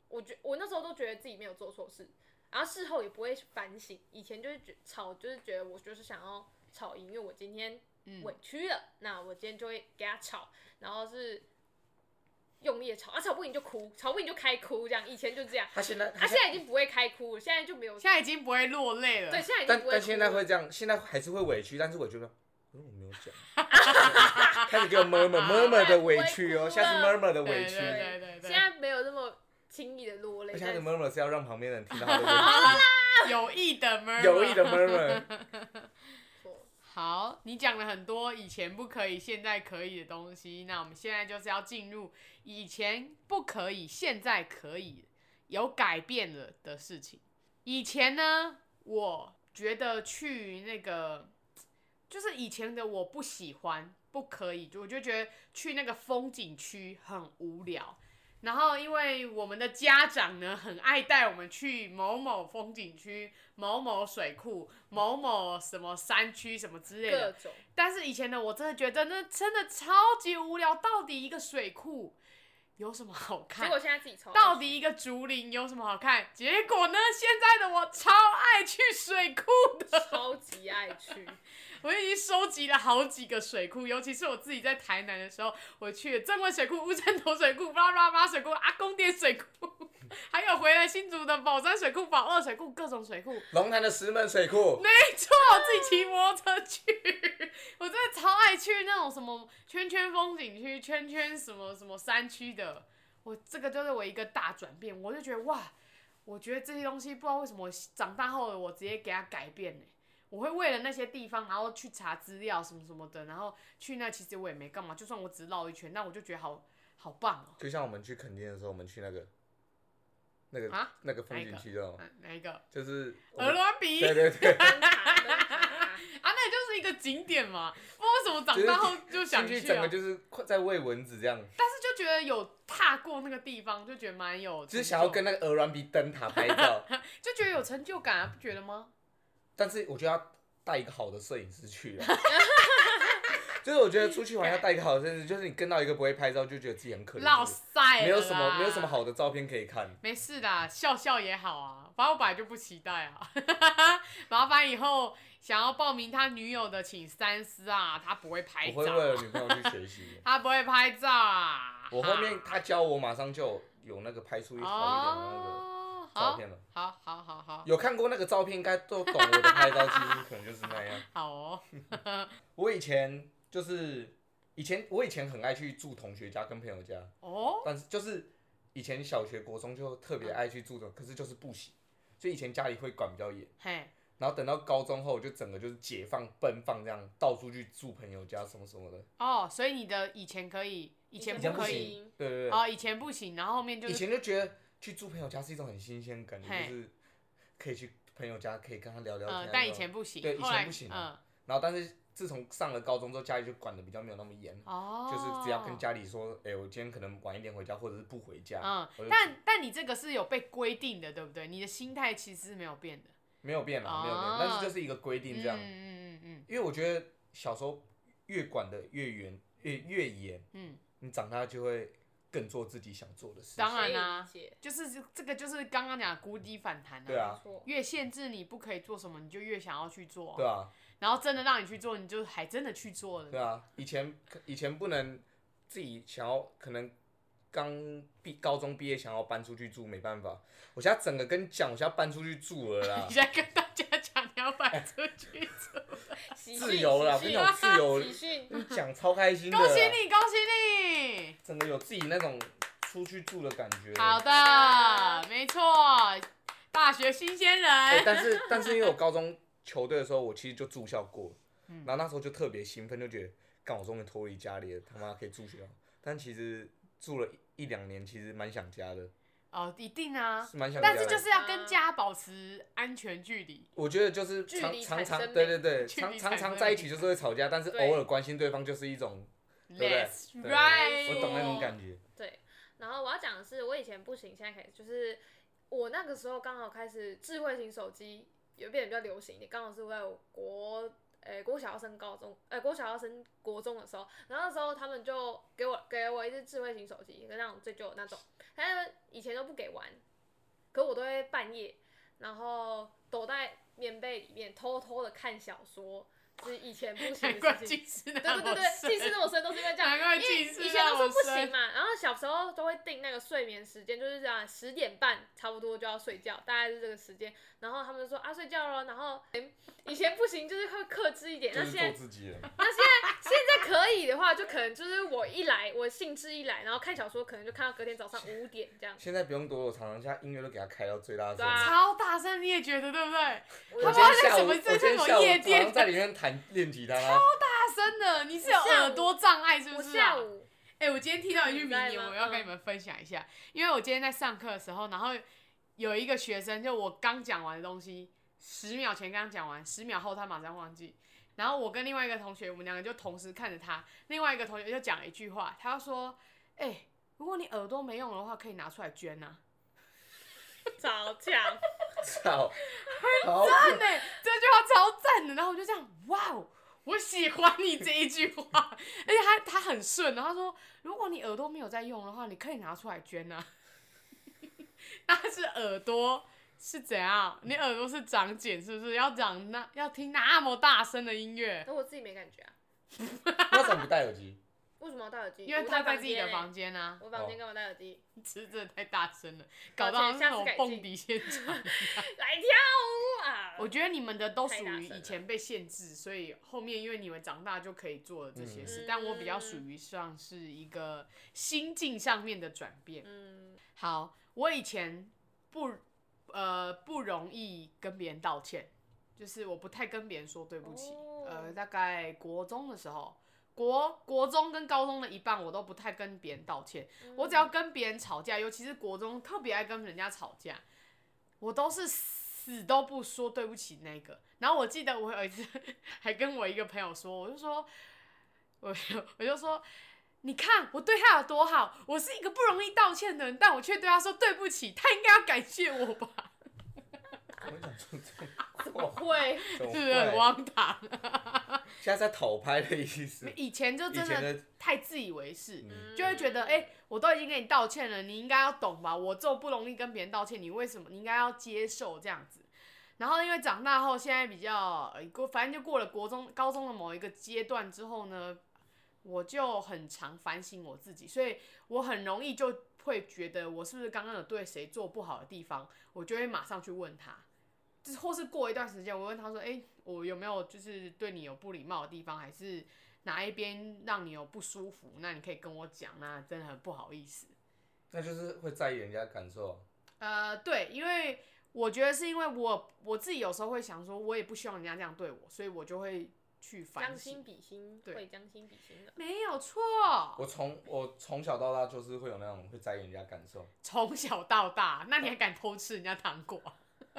Speaker 2: 我觉我那时候都觉得自己没有做错事，然后事后也不会反省。以前就是觉吵就是觉得我就是想要吵赢，因为我今天
Speaker 3: 嗯
Speaker 2: 委屈了，那我今天就会给他吵，然后是。用力的吵啊，吵不赢就哭，吵不赢就开哭，这样以前就这样。
Speaker 5: 他现在，
Speaker 2: 啊他现在已经不会开哭了，现在就没有。
Speaker 3: 现在已经不会落泪了。
Speaker 2: 对，现在已经
Speaker 5: 但
Speaker 2: 不会哭了
Speaker 5: 但现在会这样，现在还是会委屈，但是委屈了，可是我没有
Speaker 2: [laughs]
Speaker 5: 讲，开始给我 murmur murmur 的委屈哦，
Speaker 2: 现
Speaker 5: 下
Speaker 2: 在
Speaker 5: 次
Speaker 2: 啊不会
Speaker 5: murmur 的委
Speaker 3: 对
Speaker 5: 屈，
Speaker 3: 对对
Speaker 2: 现
Speaker 3: 对
Speaker 2: 在没有那么轻易的落泪
Speaker 5: 而。且他
Speaker 2: 但
Speaker 5: 的
Speaker 2: 是
Speaker 5: murmur 是要让旁边人
Speaker 2: [laughs]
Speaker 5: 听到他的委
Speaker 3: 对，有意的吗？
Speaker 5: 屈，有意的。murmur，
Speaker 2: [laughs]
Speaker 3: 好，你讲了很多以前不可以、现在可以的东西，那我们现在就是要进入以前不可以、现在可以有改变了的事情。以前呢，我觉得去那个，就是以前的我不喜欢、不可以，我就觉得去那个风景区很无聊。然后，因为我们的家长呢，很爱带我们去某某风景区、某某水库、某某什么山区什么之类
Speaker 2: 各
Speaker 3: 的，
Speaker 2: 种
Speaker 3: 但是以前呢，我真的觉得那真的超级无聊。到底一个水库有什么好
Speaker 2: 结
Speaker 3: 看
Speaker 2: 果？现在自己吵。
Speaker 3: [laughs] 到底一个竹林有什么好看？结果呢，现在的我超爱去水库的， [laughs]
Speaker 2: 超级爱去，
Speaker 3: 我已经收集了好几个水库，尤其是我自己在台南的时候，我去正观水库、乌山头水库、巴拉巴拉水库、阿公店水库， [laughs] 还有回来新竹的宝山水库、宝二水库，各种水库。
Speaker 5: 龙潭的石门水库，
Speaker 3: 没错，我自己骑摩托车去， [laughs] 我真的超爱去那种什么圈圈风景区、圈圈什么什么山区的。我这个就是我一个大转变，我就觉得哇，我觉得这些东西不知道为什么我长大后的我直接给它改变呢。我会为了那些地方，然后去查资料什么什么的，然后去那其实我也没干嘛，就算我只绕一圈，那我就觉得好好棒哦、
Speaker 5: 就像我们去垦丁的时候，我们去那个那个、
Speaker 3: 啊
Speaker 5: 那个风景区的，
Speaker 3: 嗯，哪一个？
Speaker 5: 就是我
Speaker 3: 鹅
Speaker 5: 们
Speaker 3: 銮鼻
Speaker 5: 哦对对
Speaker 2: [laughs]
Speaker 5: 对，
Speaker 2: 灯塔灯
Speaker 5: [laughs]
Speaker 2: 塔
Speaker 3: 啊，那就是一个景点嘛。不知道为什么长大后就想
Speaker 5: 进去
Speaker 3: 啊
Speaker 5: 整个就是快在喂蚊子这样，
Speaker 3: 但是就觉得有踏过那个地方，就觉得蛮有成就，
Speaker 5: 就是想要跟那个鹅銮鼻灯塔拍照，
Speaker 3: 就觉得有成就感啊，不觉得吗？
Speaker 5: 但是我觉得要带一个好的摄影师去啊。 [laughs] 就是我觉得出去玩要带一个好的摄影师，就是你跟到一个不会拍照，就觉得自己很可怜，
Speaker 3: 老塞，
Speaker 5: 没有什么没有什么，好的照片可以看。
Speaker 3: 没事的，笑笑也好啊，反正我本来就不期待啊， [laughs] 麻烦以后想要报名他女友的，请三思啊，他不会拍
Speaker 5: 我会为
Speaker 3: 照
Speaker 5: 了
Speaker 3: 啊，。
Speaker 5: 女朋友去学习
Speaker 3: 他不会拍照啊， [laughs]
Speaker 5: 我后面他教我，马上就有那个拍出一好一点的那个
Speaker 3: 哦，
Speaker 5: 照
Speaker 3: 好
Speaker 5: 片了。
Speaker 3: 好好好好
Speaker 5: 有看过那个照片，应该都懂我的拍照技术，可能就是那样。
Speaker 3: 好哦，
Speaker 5: 我以前就是以前我以前很爱去住同学家跟朋友家，
Speaker 3: 哦，
Speaker 5: 但是就是以前小学、国中就特别爱去住的，可是就是不行，所以以前家里会管比较严。
Speaker 3: 嘿，
Speaker 5: 然后等到高中后，我就整个就是解放、奔放这样，到处去住朋友家什么什么的。
Speaker 3: 哦，所以你的以前可以，以前
Speaker 5: 以
Speaker 3: 不
Speaker 5: 前
Speaker 3: 嗯
Speaker 5: 不
Speaker 3: 可以。
Speaker 5: 行，对对对，
Speaker 3: 哦，以前不行，然后后面就
Speaker 5: 以
Speaker 3: 是
Speaker 5: 前就觉得去住朋友家是一种很新鲜的感觉，
Speaker 3: 嘿
Speaker 5: 就是可以去朋友家，可以跟他聊聊天啊。
Speaker 3: 呃，但以
Speaker 5: 这种
Speaker 3: 前不行，
Speaker 5: 对以
Speaker 3: 后
Speaker 5: 前
Speaker 3: 来嗯
Speaker 5: 不行啊然后但是自从上了高中之后，家里就管的比较没有那么严，
Speaker 3: 嗯，哦，
Speaker 5: 就是只要跟家里说，哎、我今天可能晚一点回家，或者是不回家，
Speaker 3: 嗯
Speaker 5: 我，就
Speaker 3: 但但你这个是有被规定的，对不对？你的心态其实是没有变的，
Speaker 5: 没有变啦，没有变，
Speaker 3: 哦
Speaker 5: 但是就是一个规定
Speaker 3: 嗯
Speaker 5: 这样。
Speaker 3: 嗯嗯嗯
Speaker 5: 因为我觉得小时候越管的越严，越越严，
Speaker 3: 嗯，
Speaker 5: 你长大就会更做自己想做的事情。
Speaker 3: 当然
Speaker 5: 啊
Speaker 3: 啦、
Speaker 2: 可以理解
Speaker 3: 就是这个就是刚刚讲的谷底反弹
Speaker 5: 对啊
Speaker 2: 没错
Speaker 3: 越限制你不可以做什么，你就越想要去做，
Speaker 5: 对啊，
Speaker 3: 然后真的让你去做，你就还真的去做了，
Speaker 5: 对啊，以前以前不能自己想要，可能刚毕高中毕业想要搬出去住，没办法。我现在整个跟你讲，我现在搬出去住了啦
Speaker 3: [laughs] 你，在跟大家讲你要搬出去
Speaker 5: 哎
Speaker 3: 做，
Speaker 2: 喜讯
Speaker 5: 自由啦，我
Speaker 2: 喜
Speaker 5: 跟你
Speaker 2: 讯
Speaker 5: 讲自由，
Speaker 2: 喜讯
Speaker 5: 你讲超开心的啦，
Speaker 3: 恭喜你，恭喜你。
Speaker 5: 整个有自己那种出去住的感觉。
Speaker 3: 好的，没错，大学新鲜
Speaker 5: 哎、
Speaker 3: 人。
Speaker 5: 但是 [laughs] 但是因为我高中球队的时候，我其实就住校过，然后那时候就特别兴奋，就觉得干我终于脱离家里了，他妈可以住学校。但其实住了一一两年，其实蛮想家的，
Speaker 3: 哦，一定啊，
Speaker 5: 是蛮想家
Speaker 3: 但
Speaker 5: 的。
Speaker 3: 是就是要跟家保持安全距离。
Speaker 5: 我觉得就是
Speaker 2: 距
Speaker 5: 常
Speaker 2: 离
Speaker 5: 常
Speaker 2: 产
Speaker 5: 常
Speaker 2: 生
Speaker 5: 对
Speaker 2: 美
Speaker 5: 对对，
Speaker 3: 距
Speaker 5: 常
Speaker 3: 离
Speaker 5: 常
Speaker 3: 产
Speaker 5: 常
Speaker 3: 生
Speaker 5: 在一
Speaker 3: 美
Speaker 5: 起就是会吵架，但是偶尔关心对方就是一种，对
Speaker 3: Let's
Speaker 5: 对
Speaker 3: right，
Speaker 5: 我懂那种感觉。
Speaker 2: 对，然后我要讲的是，我以前不行，现在开始就是我那个时候刚好开始智慧型手机有变得比较流行一点，刚好是在我国。诶、国小要升高中，诶、国小要升国中的时候，然后那时候他们就给我给我一只智慧型手机，那种最旧的那种，但是以前都不给玩，可我都会半夜，然后躲在棉被里面偷偷的看小说，就是以前不
Speaker 3: [laughs]
Speaker 2: 行
Speaker 3: 难
Speaker 2: 的
Speaker 3: 哎怪
Speaker 2: 事情
Speaker 3: 近。视那
Speaker 2: [laughs] 对
Speaker 3: 么
Speaker 2: 对对对，近视
Speaker 3: 深
Speaker 2: 那么深都是因为这样，
Speaker 3: 难怪
Speaker 2: 因为
Speaker 3: 近视
Speaker 2: 以前
Speaker 3: 那
Speaker 2: 都说
Speaker 3: 么
Speaker 2: 不行
Speaker 3: 深
Speaker 2: 嘛，然后小时候都会定那个睡眠时间，就是这样十点半差不多就要睡觉，大概是这个时间。然后他们就说啊睡觉咯，然后嗯以前不行，就是会克制一点，
Speaker 5: 就
Speaker 2: 哎那
Speaker 5: 是
Speaker 2: 现
Speaker 5: 做
Speaker 2: 在
Speaker 5: 自己人，
Speaker 2: 那 [laughs] 现在现在可以的话，就可能就是我一来我兴致一来，然后看小说，可能就看到隔天早上五点这样。
Speaker 5: 现在不用躲我，常常现在音乐都给他开到最大声
Speaker 2: 对。啊
Speaker 3: 超大声，你也觉得对不对？
Speaker 5: 我
Speaker 3: 他不知道
Speaker 5: 今天
Speaker 3: 在
Speaker 5: 下
Speaker 3: 什
Speaker 5: 午，
Speaker 3: 么
Speaker 5: 我
Speaker 3: 在
Speaker 5: 今
Speaker 3: 这
Speaker 5: 天
Speaker 3: 种
Speaker 5: 下午
Speaker 3: 夜
Speaker 5: 早上
Speaker 3: 店
Speaker 5: 在里面弹练吉他啦。
Speaker 3: 大声的，你是有
Speaker 2: 我下午
Speaker 3: 耳朵障碍是
Speaker 2: 我
Speaker 3: 不是啊
Speaker 2: 下？午
Speaker 3: [laughs] 哎、我今天听到一句
Speaker 2: 你
Speaker 3: 名
Speaker 2: 在
Speaker 3: 言，
Speaker 2: 吗
Speaker 3: 我要跟你们分享一下，因为我今天在上课的时候，然后有一个学生，就我刚讲完的东西，十秒前刚讲完，十秒后他马上忘记。然后我跟另外一个同学，我们两个就同时看着他，另外一个同学就讲了一句话，他就说：“哎、如果你耳朵没用的话，可以拿出来捐啊呐、
Speaker 2: 早讲，
Speaker 5: 操，好
Speaker 3: 啊。”赞呢，这句话超赞的。然后我就这样，哇哦，我喜欢你这一句话，而且他他很顺，然后他说：“如果你耳 [laughs] 朵没有在用的话，你可以拿出来捐呐、啊。”他是耳朵是怎样？你耳朵是长茧是不是？要长那要听那么大声的音乐？
Speaker 2: 那我自己没感觉啊，
Speaker 5: 那怎么不戴耳机？
Speaker 2: 为什么要戴耳机？
Speaker 3: 因为
Speaker 2: 我
Speaker 3: 他
Speaker 2: 在
Speaker 3: 在自己的
Speaker 2: 房
Speaker 3: 房
Speaker 2: 间
Speaker 3: 间啊 [laughs]
Speaker 2: 欸，，我房间干嘛戴耳机？
Speaker 3: 吃真的太大声了，搞到那种蹦迪现场。
Speaker 2: 来跳舞啊！
Speaker 3: 我觉得你们的都属
Speaker 2: 太大
Speaker 3: 于
Speaker 2: 声了
Speaker 3: 以前被限制，所以后面因为你们长大就可以做了这些事。
Speaker 2: 嗯
Speaker 3: 但我比较属于像是一个心境上面的转变。
Speaker 2: 嗯，
Speaker 3: 好，我以前不呃不容易跟别人道歉，就是我不太跟别人说对不起。
Speaker 2: 哦
Speaker 3: 呃，大概国中的时候，国国中跟高中的一半，我都不太跟别人道歉。
Speaker 2: 嗯
Speaker 3: 我只要跟别人吵架，尤其是国中特别爱跟人家吵架，我都是死都不说对不起那个。然后我记得我有一次 [laughs] 还跟我一个朋友说，我就说，我就我就说，你看我对他有多好，我是一个不容易道歉的人，但我却对他说对不起，他应该要感谢我吧？
Speaker 5: 我想说这种
Speaker 2: 我
Speaker 5: [laughs]
Speaker 2: 会，
Speaker 5: 怎么
Speaker 3: 是不是很
Speaker 5: 会？
Speaker 3: 荒唐？
Speaker 5: 现在在讨拍的意思。
Speaker 3: 以前就
Speaker 5: 以
Speaker 3: 真
Speaker 5: 前
Speaker 3: 的
Speaker 5: 的
Speaker 3: 太自以为是，
Speaker 5: 嗯
Speaker 3: 就会觉得，哎、我都已经跟你道歉了，你应该要懂吧？我这么不容易跟别人道歉，你为什么？你应该要接受这样子。然后因为长大后，现在比较呃过，反正就过了国中、高中的某一个阶段之后呢，我就很常反省我自己，所以我很容易就会觉得我是不是刚刚有对谁做不好的地方，我就会马上去问他，就是或是过一段时间，我问他说，哎、我有没有就是对你有不礼貌的地方，还是哪一边让你有不舒服？那你可以跟我讲，那真的很不好意思。
Speaker 5: 那就是会在意人家感受。
Speaker 3: 呃，对，因为我觉得是因为我我自己有时候会想说，我也不希望人家这样对我，所以我就会去
Speaker 2: 将
Speaker 3: 反
Speaker 2: 心
Speaker 3: 省。
Speaker 2: 比心，
Speaker 3: 对
Speaker 2: 会将心比心的。
Speaker 3: 没有错，
Speaker 5: 我从我从小到大就是会有那种会在意人家感受，
Speaker 3: 从小到大，那你还敢偷吃人家糖果？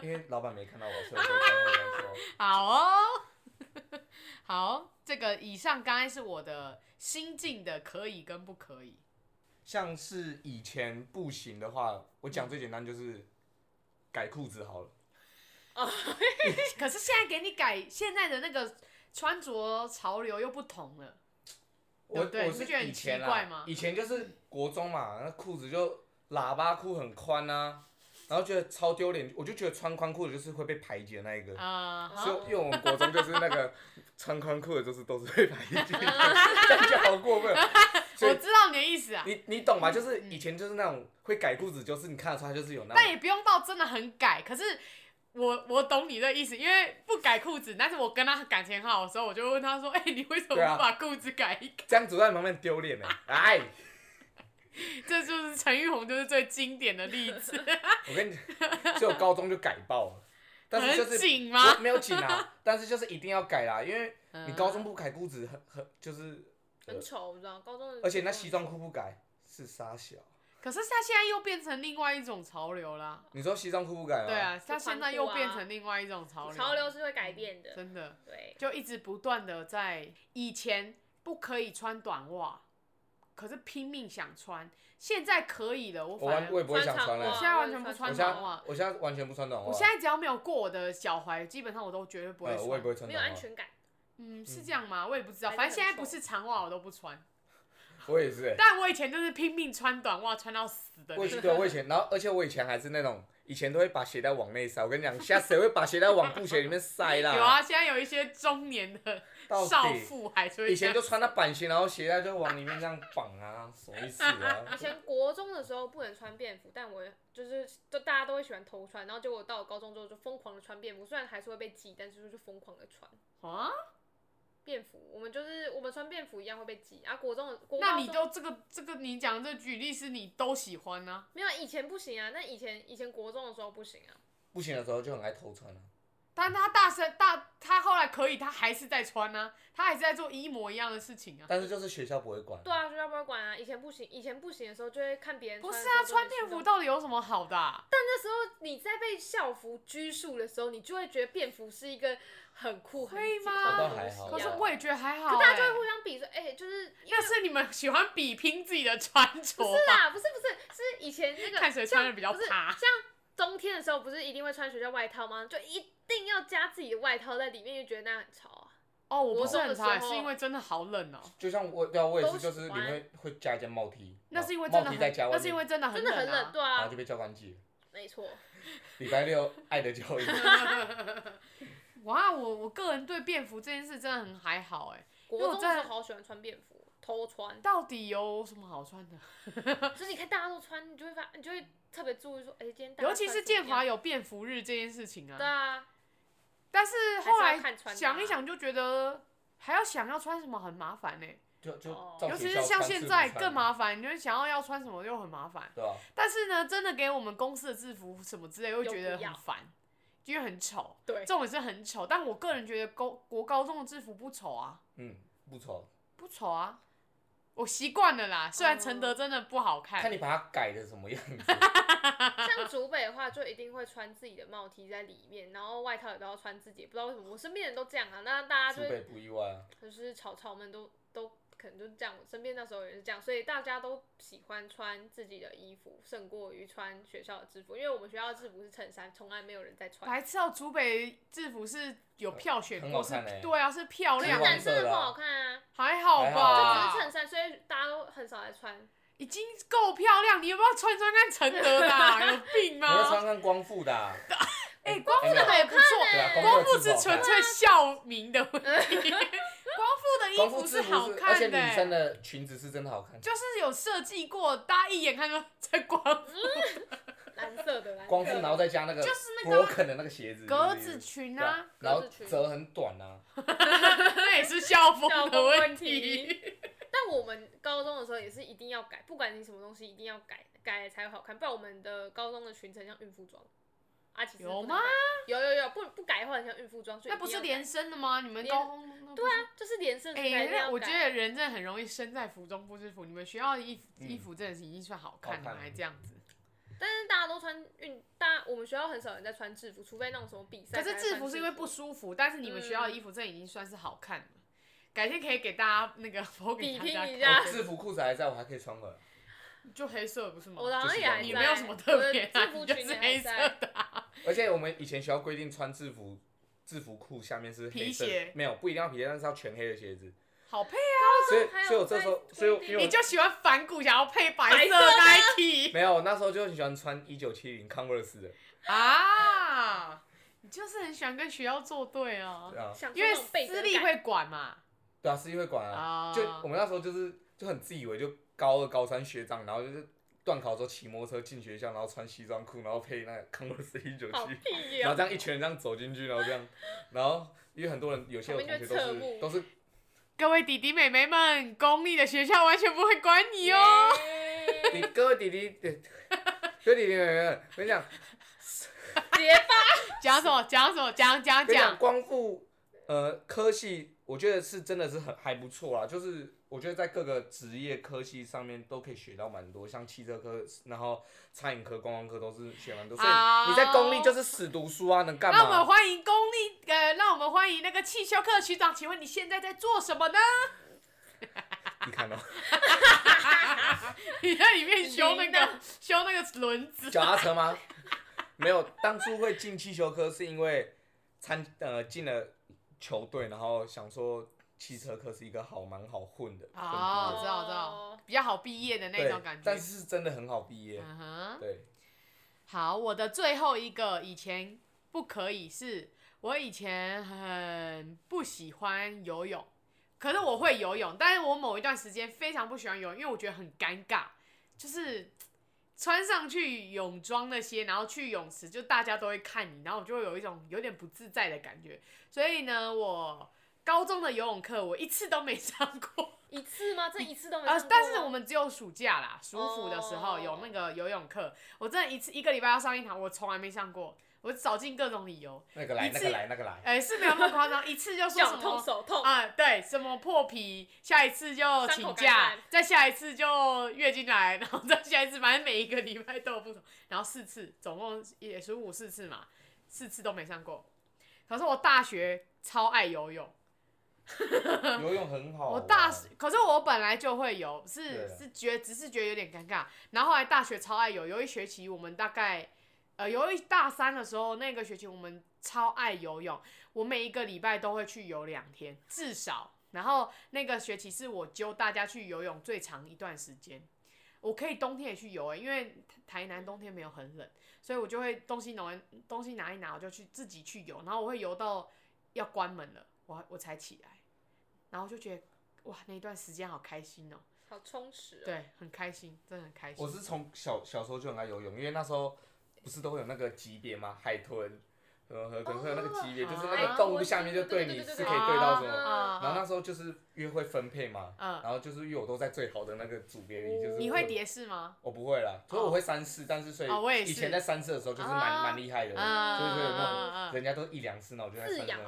Speaker 5: 因为老板没看到我，所以我就会在意人家感受。
Speaker 3: 好哦， [laughs] 好，这个以上刚才是我的心境的可以跟不可以。
Speaker 5: 像是以前步行的话，我讲最简单就是改裤子好了。
Speaker 3: 可是现在给你改，现在的那个穿着潮流又不同了。
Speaker 5: 我
Speaker 3: 对
Speaker 5: 我
Speaker 3: 你不
Speaker 5: 是
Speaker 3: 觉得很
Speaker 5: 以前
Speaker 3: 奇怪吗
Speaker 5: 啦，以前就是国中嘛，那裤子就喇叭裤很宽啊，然后觉得超丢脸，我就觉得穿宽裤的就是会被排挤的那一个。
Speaker 3: 啊、
Speaker 5: 所以因为我们国中就是那个穿宽裤的，就是都是被排挤的， [laughs] 这样就好过分。所以
Speaker 3: 我知道你的意思啊，
Speaker 5: 你你懂吗？就是以前就是那种会改裤子，就是你看得出来就是有那
Speaker 3: 但
Speaker 5: 种
Speaker 3: 也不用到真的很改。可是我我懂你的意思，因为不改裤子，但是我跟他感情好的时候，我就会问他说：“哎、你为什么
Speaker 5: 对啊
Speaker 3: 不把裤子改一改？” [laughs]
Speaker 5: 这样子在旁边丢脸呢。哎，
Speaker 3: 这就是陈玉红，就是最经典的例子。
Speaker 5: 我跟你，所以我高中就改爆了， [laughs] 但是就是
Speaker 3: 很紧吗
Speaker 5: 我没有紧啊，但是就是一定要改啦，因为你高
Speaker 3: 嗯
Speaker 5: 中不改裤子很很就是，
Speaker 2: 很丑，你知道，高中的
Speaker 5: 而且那西装裤不改是傻小。
Speaker 3: 可是他现在又变成另外一种潮流啦。
Speaker 5: 你说西装裤不改吗？
Speaker 3: 对啊，他
Speaker 2: 就穿
Speaker 3: 现在
Speaker 2: 裤
Speaker 3: 又
Speaker 2: 啊
Speaker 3: 变成另外一种潮流。嗯
Speaker 2: 潮流是会改变的，
Speaker 3: 真的
Speaker 2: 对，
Speaker 3: 就一直不断的在以前不可以穿短袜，可是拼命想穿，现在可以了，我
Speaker 5: 我
Speaker 3: 反
Speaker 5: 完
Speaker 3: 而
Speaker 5: 我也不会想穿啊
Speaker 2: 长啊
Speaker 5: 了
Speaker 2: 袜，
Speaker 3: 我现在完全不穿啊
Speaker 5: 我现
Speaker 3: 短
Speaker 5: 在
Speaker 3: 袜
Speaker 5: 我现在完全不穿短袜，
Speaker 3: 我现在只要没有过我的脚踝，基本上我都绝对不会
Speaker 5: 呃
Speaker 3: 穿。
Speaker 5: 我也不会穿
Speaker 2: 啊
Speaker 5: 啊
Speaker 2: 没有
Speaker 5: 短
Speaker 2: 安
Speaker 5: 袜，
Speaker 2: 全感。
Speaker 3: 嗯，是这样吗？我也不知道，
Speaker 2: 还是
Speaker 3: 反正现在
Speaker 2: 很
Speaker 3: 不是长袜我都不穿，
Speaker 5: 我也是欸。
Speaker 3: 但我以前就是拼命穿短袜，穿到死的那
Speaker 5: 我
Speaker 3: 种。
Speaker 5: 以前对，我以前，然后而且我以前还是那种，以前都会把鞋带往内塞。我跟你讲，现在谁会把鞋带往布鞋里面塞
Speaker 3: [laughs]
Speaker 5: 啦？
Speaker 3: 有啊，现在有一些中年的
Speaker 5: 到底
Speaker 3: 少妇还是会
Speaker 5: 以前
Speaker 3: 这
Speaker 5: 就
Speaker 3: 样
Speaker 5: 穿那板鞋，然后鞋带就往里面这样绑啊，什么意思
Speaker 3: [laughs]
Speaker 5: 啊？
Speaker 2: 以前国中的时候不能穿便服，但我就是就大家都会喜欢偷穿，然后结果到了高中之后就疯狂的穿便服，虽然还是会被记，但是就是疯狂的穿
Speaker 3: 啊？
Speaker 2: 便服。我们就是我们穿便服一样会被记啊。国中的国
Speaker 3: 那
Speaker 2: 高
Speaker 3: 你
Speaker 2: 中
Speaker 3: 都这个这个你讲的这举例是你都喜欢呢、
Speaker 2: 没有以前不行啊，那以前以前国中的时候不行啊。
Speaker 5: 不行的时候就很爱偷穿啊。
Speaker 3: 但他大声大，他后来可以，他还是在穿呢、他还是在做一模一样的事情啊。
Speaker 5: 但是就是学校不会管，
Speaker 2: 对啊，学校不会管啊。以前不行，以前不行的时候就会看别人
Speaker 3: 不
Speaker 2: 穿的
Speaker 3: 是
Speaker 2: 时
Speaker 3: 啊，
Speaker 2: 候就
Speaker 3: 穿
Speaker 2: 很心动。
Speaker 3: 便服到底有什么好的啊、
Speaker 2: 那时候你在被校服拘束的时候，你就会觉得便服是一个很酷、很
Speaker 3: 会吗
Speaker 2: 很酷
Speaker 3: 我倒
Speaker 2: 的
Speaker 5: 哦还
Speaker 2: 东西
Speaker 5: 好
Speaker 2: 啊
Speaker 3: 可是我也觉得还好、欸。
Speaker 2: 可大家就会互相比说，哎、就是因为
Speaker 3: 那是你们喜欢比拼自己的穿着
Speaker 2: 不是啊
Speaker 3: 吧？
Speaker 2: 啦，不是不是，是以前那个
Speaker 3: 看谁穿的比较
Speaker 2: 不是
Speaker 3: 趴。
Speaker 2: 像冬天的时候，不是一定会穿学校外套吗？就一定要加自己的外套在里面，就觉得那很潮啊。
Speaker 3: 哦，我
Speaker 2: 国
Speaker 3: 不是
Speaker 2: 中
Speaker 3: 很
Speaker 2: 的时
Speaker 3: 差，
Speaker 2: 候
Speaker 3: 是因为真的好冷哦、
Speaker 5: 就像我对啊，我也
Speaker 2: 都
Speaker 5: 是，
Speaker 2: 喜
Speaker 5: 就是里面会加一件帽 T，
Speaker 3: 那是因为
Speaker 5: 然
Speaker 3: 真的
Speaker 5: 后帽 T 再
Speaker 3: 很
Speaker 5: 加，外
Speaker 3: 那
Speaker 5: 面，
Speaker 3: 是因为真的很
Speaker 2: 真的很
Speaker 3: 啊
Speaker 2: 冷，。对
Speaker 5: 然后
Speaker 2: 啊
Speaker 5: 就，被教官记了。
Speaker 2: 没错，
Speaker 5: 礼拜六爱
Speaker 3: [laughs]
Speaker 5: 的教育，
Speaker 3: 哇，我我个人对便服这件事真的很还好哎、
Speaker 2: 国
Speaker 3: 为我
Speaker 2: 中的
Speaker 3: 在
Speaker 2: 时候好喜欢穿便服，偷穿。
Speaker 3: 到底有什么好穿的？
Speaker 2: 就是你看大家都穿，你就会发，你就会特别注意说，哎、今天大家
Speaker 3: 尤其
Speaker 2: 穿什
Speaker 3: 是
Speaker 2: 么
Speaker 3: 建华
Speaker 2: 样，
Speaker 3: 有便服日这件事情
Speaker 2: 对
Speaker 3: 啊，
Speaker 2: 啊，
Speaker 3: 但是
Speaker 2: 还
Speaker 3: 后
Speaker 2: 是
Speaker 3: 来
Speaker 2: 要看穿搭
Speaker 3: 想一想就觉得还要想要穿什么很麻烦呢、欸
Speaker 5: 就就
Speaker 2: 哦
Speaker 5: 照
Speaker 3: 尤其是
Speaker 5: 学校
Speaker 3: 像
Speaker 5: 穿
Speaker 3: 现
Speaker 5: 制服
Speaker 3: 在
Speaker 5: 穿
Speaker 3: 更麻烦，你就是想要要穿什么又很麻烦。
Speaker 5: 对吧、
Speaker 3: 但是呢，真的给我们公司的制服什么之类，又觉得
Speaker 2: 又不要
Speaker 3: 很烦，因为很丑。
Speaker 2: 对
Speaker 3: 这种也是很丑，但我个人觉得高国高中的制服不丑啊，
Speaker 5: 嗯，不丑，
Speaker 3: 不丑啊，我习惯了啦。虽然
Speaker 2: 嗯
Speaker 3: 承德真的不好看，
Speaker 5: 看你把它改的什么样子。
Speaker 2: 像竹北的话，就一定会穿自己的帽 T 在里面，然后外套也都要穿自己，不知道为什么我身边人都这样啊。那大家
Speaker 5: 苏
Speaker 2: 就
Speaker 5: 北
Speaker 2: 会
Speaker 5: 不意外啊，
Speaker 2: 就是草草们都都可能就是这样，我身边那时候也是这样，所以大家都喜欢穿自己的衣服，胜过于穿学校的制服，因为我们学校的制服是衬衫，从来没有人在穿。
Speaker 3: 白痴哦，竹北制服是有票选
Speaker 5: 很
Speaker 3: 过，
Speaker 5: 好
Speaker 3: 是
Speaker 5: 看欸
Speaker 3: 对啊，是漂
Speaker 2: 可是
Speaker 3: 亮
Speaker 5: 是
Speaker 3: 的，
Speaker 2: 男
Speaker 5: 黄色
Speaker 2: 生
Speaker 5: 的啊
Speaker 2: 的不好看啊，
Speaker 3: 还好
Speaker 5: 还
Speaker 2: 只
Speaker 5: 好
Speaker 3: 吧
Speaker 2: 是，衬衫，所以大家都很少来穿。
Speaker 3: 已经够漂亮，你要不要穿穿看承德
Speaker 2: [laughs]
Speaker 3: 的啊、有病
Speaker 5: 你要穿
Speaker 3: 吗？
Speaker 5: 看光复的、啊，
Speaker 3: 哎、光复的也不
Speaker 5: 对
Speaker 3: 错，
Speaker 2: 欸
Speaker 5: 啊，
Speaker 3: 光
Speaker 5: 复
Speaker 3: 复
Speaker 5: 的制
Speaker 3: 是
Speaker 5: 服好
Speaker 3: 纯
Speaker 5: 看
Speaker 3: 粹校名的问题，
Speaker 2: [laughs]
Speaker 3: 光
Speaker 5: 光
Speaker 3: 复的衣服
Speaker 5: 复
Speaker 3: 是
Speaker 5: 制服
Speaker 3: 好
Speaker 5: 是，而
Speaker 3: 看
Speaker 5: 且
Speaker 3: 的、
Speaker 5: 女生
Speaker 3: 欸。
Speaker 5: 的裙子是真的好看。
Speaker 3: 就是有设计过，大家一眼看到 [laughs] 在光复
Speaker 2: 蓝色的，蓝色的
Speaker 5: 光复，然后再加那个
Speaker 3: 就是那个啊
Speaker 5: broken 的那个鞋子，
Speaker 3: 格
Speaker 5: 就是
Speaker 3: 子裙啊，
Speaker 5: 然后
Speaker 2: 格子裙
Speaker 5: 折很短啊，
Speaker 3: [laughs] 那也是校风
Speaker 2: 校
Speaker 3: 的
Speaker 2: 风
Speaker 3: 问
Speaker 2: 问
Speaker 3: 题。
Speaker 2: [laughs] 题。但我们高中的时候也是一定要改，不管你什么东西一定要改，改了才会好看。不然我们的高中的裙子很像孕妇装，啊，其实不能
Speaker 3: 有吗
Speaker 2: 改？有有有，不不改的话很像孕妇装，所以
Speaker 3: 那不是
Speaker 2: 一定要
Speaker 3: 连身的吗？你们
Speaker 2: 连
Speaker 3: 高中对
Speaker 2: 改就是连身的
Speaker 3: 哎、
Speaker 2: 才一定要
Speaker 3: 那
Speaker 2: 改
Speaker 3: 我觉得人真的很容易身在福中不知福。你们学校的衣服、
Speaker 5: 嗯
Speaker 3: 衣服真的是已经算好看
Speaker 5: 好
Speaker 3: 了，
Speaker 5: 看
Speaker 3: 还这样子。
Speaker 2: 但是大家都穿运，大家我们学校很少人在穿制服，除非那种什么比赛。
Speaker 3: 可是制服是因为不，舒服，但是你们学
Speaker 2: 嗯
Speaker 3: 校的衣服真的已经算是好看了。改天可以给大家那个 [laughs] 剖给大
Speaker 2: 比
Speaker 3: 家
Speaker 2: 拼一
Speaker 3: 看，
Speaker 2: 下啊
Speaker 5: 我哦制服裤子还在，我还可以穿回来。
Speaker 3: 就黑色不是吗
Speaker 2: 我？的好像也还在，
Speaker 3: 你没有什么特别、
Speaker 2: 我
Speaker 3: 啊，
Speaker 2: 的制服
Speaker 3: 你就
Speaker 2: 裙
Speaker 3: 是
Speaker 2: 也还
Speaker 3: 黑色
Speaker 2: 在。
Speaker 3: 的、
Speaker 5: 而且我们以前学校规定穿制服，制服裤下面是黑色的
Speaker 3: 皮鞋哦
Speaker 5: 没有不一定要皮鞋，但是要全黑的鞋子。
Speaker 3: 好配
Speaker 5: 所以
Speaker 2: 还有
Speaker 5: 所以我这时候
Speaker 2: 在，
Speaker 5: 所以我
Speaker 2: 规定
Speaker 5: 因为
Speaker 3: 你
Speaker 5: 我
Speaker 3: 就喜欢反骨，想要配白色
Speaker 2: 白色的啊
Speaker 3: Nike
Speaker 5: 没有，我那时候就很喜欢穿一九七零 Converse 的，
Speaker 3: 啊，你就是很喜欢跟学校作对啊
Speaker 5: 对，啊，
Speaker 2: 想
Speaker 3: 因为私立会管嘛。
Speaker 5: 对啊，是因为管啊
Speaker 3: 啊，
Speaker 5: 就
Speaker 2: 哦
Speaker 5: 我们那时候就是就很自以为就高二高三学长，然后就是断考之后骑摩托车进学校，然后穿西装裤，然后配那个 Converse 一九
Speaker 2: 好
Speaker 5: 七。 [laughs]
Speaker 2: 屁哦
Speaker 5: 然后
Speaker 2: 呀
Speaker 5: 这，样一群人这样走进去，然后这样，然后因为很多人有些有
Speaker 2: 旁
Speaker 5: 同
Speaker 2: 边
Speaker 5: 学
Speaker 2: 就
Speaker 5: 都
Speaker 2: 会侧
Speaker 5: 是
Speaker 2: 目
Speaker 5: 都是
Speaker 3: 各位弟弟妹妹们，公立的学校完全不会管你哦。
Speaker 2: 耶
Speaker 5: 你各位弟弟，对 [laughs] 各位弟弟妹妹们，我跟你讲，
Speaker 2: 结巴，
Speaker 3: 讲什么？讲什么？讲
Speaker 5: [laughs]
Speaker 3: 讲
Speaker 5: 跟你讲，
Speaker 3: 讲。
Speaker 5: 光复呃科系，我觉得是真的是很还不错啦。就是我觉得在各个职业科系上面都可以学到蛮多，像汽车科，然后餐饮科、观光科都是学蛮多。所以
Speaker 3: 好
Speaker 5: 你在公立就是死读书啊，能干
Speaker 3: 哦让我们
Speaker 5: 嘛？
Speaker 3: 欢迎公立，呃，让我们欢迎那个汽修课的区长，请问你现在在做什么呢？ [laughs]
Speaker 5: 你看到、哦
Speaker 3: 你在里面修那
Speaker 2: 你呢
Speaker 3: 个修那个轮子。
Speaker 5: 脚踏车吗？ [laughs] 没有，当初会进汽修科是因为参呃进了球队，然后想说汽车科是一个好蛮好混的，混
Speaker 3: 哦，
Speaker 5: 毕
Speaker 3: 我
Speaker 5: 业
Speaker 3: 知道，我知道，比较好毕业的那
Speaker 5: 对
Speaker 3: 种感觉。
Speaker 5: 但是是真的很好毕业，
Speaker 3: 嗯哼，
Speaker 5: 对，
Speaker 3: 好，我的最后一个以前不可以是，我以前很不喜欢游泳，可是我会游泳，但是我某一段时间非常不喜欢游泳，因为我觉得很尴尬，就是穿上去泳装那些，然后去泳池，就大家都会看你，然后我就会有一种有点不自在的感觉，所以呢，我高中的游泳课我一次都没上过。
Speaker 2: 一次吗？这一次都没上
Speaker 3: 呃
Speaker 2: 过吗。，
Speaker 3: 但是我们只有暑假啦，暑伏的时候
Speaker 2: 哦
Speaker 3: 有那个游泳课，我真的一次一个礼拜要上一堂，我从来没上过，我找尽各种理由，
Speaker 5: 那个来
Speaker 3: 一
Speaker 5: 那
Speaker 3: 次
Speaker 5: 个来那个来，
Speaker 3: 哎、是没有那么夸张，一次就说什
Speaker 2: 脚痛
Speaker 3: 么。
Speaker 2: 手痛，
Speaker 3: 啊、对，什么破皮，下一次就
Speaker 2: 口
Speaker 3: 请
Speaker 2: 感
Speaker 3: 假
Speaker 2: 染，
Speaker 3: 再下一次就月经来，然后再下一次，反正每一个礼拜都有不同，然后四次，总共也是五四次嘛，四次都没上过。可是我大学超爱游泳，
Speaker 5: 游泳很好啊
Speaker 3: 我
Speaker 5: 玩。
Speaker 3: 大学，可是我本来就会游，是
Speaker 5: 对啊
Speaker 3: 是觉只是觉得有点尴尬。然后后来大学超爱游，有一学期我们大概，呃，有一大三的时候，那个学期我们超爱游泳，我每一个礼拜都会去游两天至少。然后那个学期是我揪大家去游泳最长一段时间，我可以冬天也去游、欸，因为台南冬天没有很冷，所以我就会东西拿完东西拿一拿，我就去自己去游，然后我会游到要关门了，我我才起来，然后就觉得哇，那一段时间好开心哦、
Speaker 2: 好充实哦。
Speaker 3: 对，很开心，真的很开心。
Speaker 5: 我是从小小时候就很爱游泳，因为那时候不是都会有那个级别吗？海豚，呃，河豚会有那个级别，就是那
Speaker 3: 啊
Speaker 5: 个动物下面就
Speaker 2: 对
Speaker 5: 对你
Speaker 2: 对对
Speaker 5: 是可
Speaker 2: 对
Speaker 5: 以
Speaker 2: 对
Speaker 5: 对到什
Speaker 2: 啊
Speaker 5: 么。
Speaker 3: 啊
Speaker 5: 然后那时候就是约会分配嘛，
Speaker 3: 嗯
Speaker 5: 然后就是因为我都在最好的那个组别里，就是
Speaker 3: 哦你会蝶式吗？
Speaker 5: 我不会啦，所以我会三次，但是所以
Speaker 3: 哦我也是
Speaker 5: 以前在三次的时候就是
Speaker 3: 啊
Speaker 5: 蛮蛮厉害的，
Speaker 3: 啊
Speaker 5: 就是会有
Speaker 3: 啊啊
Speaker 5: 那种人家都一两次，那我就在
Speaker 2: 自
Speaker 5: 三次
Speaker 2: 养。
Speaker 3: 啊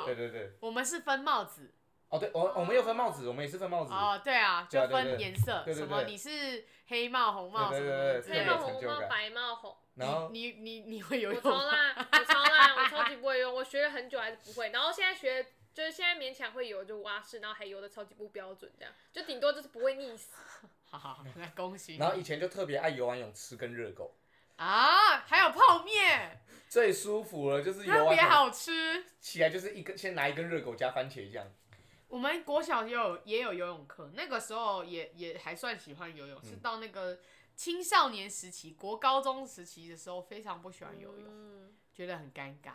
Speaker 2: 花
Speaker 5: 对对对，
Speaker 3: 我们是分帽子
Speaker 5: 哦对，我我们有分帽子，我们也是分帽子。
Speaker 3: 哦，对啊，
Speaker 5: 对啊
Speaker 3: 就
Speaker 5: 对
Speaker 3: 分
Speaker 5: 对
Speaker 3: 颜色，
Speaker 5: 对对
Speaker 3: 什么
Speaker 5: 对
Speaker 3: 你是黑帽、红帽什么
Speaker 5: 对对
Speaker 3: 的
Speaker 5: 对
Speaker 3: 之
Speaker 5: 对
Speaker 3: 类
Speaker 2: 黑
Speaker 5: 对
Speaker 3: 的
Speaker 2: 帽、
Speaker 5: 有成
Speaker 2: 红
Speaker 5: 就
Speaker 2: 帽、
Speaker 5: 感
Speaker 2: 白帽、红。
Speaker 5: 然后
Speaker 3: 你你你你会游
Speaker 2: 我
Speaker 3: 泳
Speaker 2: 超
Speaker 3: 吗？
Speaker 2: 烂，我超烂，我超级不会游，我学了很久还是不会。然后现在学，就是现在勉强会游，就蛙式，然后还游的超级不标准，这样就顶多就是不会溺死。
Speaker 3: 好好，好那恭喜你。
Speaker 5: 然后以前就特别爱游完泳吃跟热狗，
Speaker 3: 啊，还有泡面，
Speaker 5: 最舒服了就是游
Speaker 3: 特
Speaker 5: 完
Speaker 3: 别
Speaker 5: 泳
Speaker 3: 好吃。
Speaker 5: 起来就是一根先拿一根热狗加番茄酱，
Speaker 3: 我们国小也有也有游泳课，那个时候也也还算喜欢游泳，
Speaker 5: 嗯
Speaker 3: 是到那个青少年时期、国高中时期的时候，非常不喜欢游泳，
Speaker 2: 嗯，
Speaker 3: 觉得很尴尬。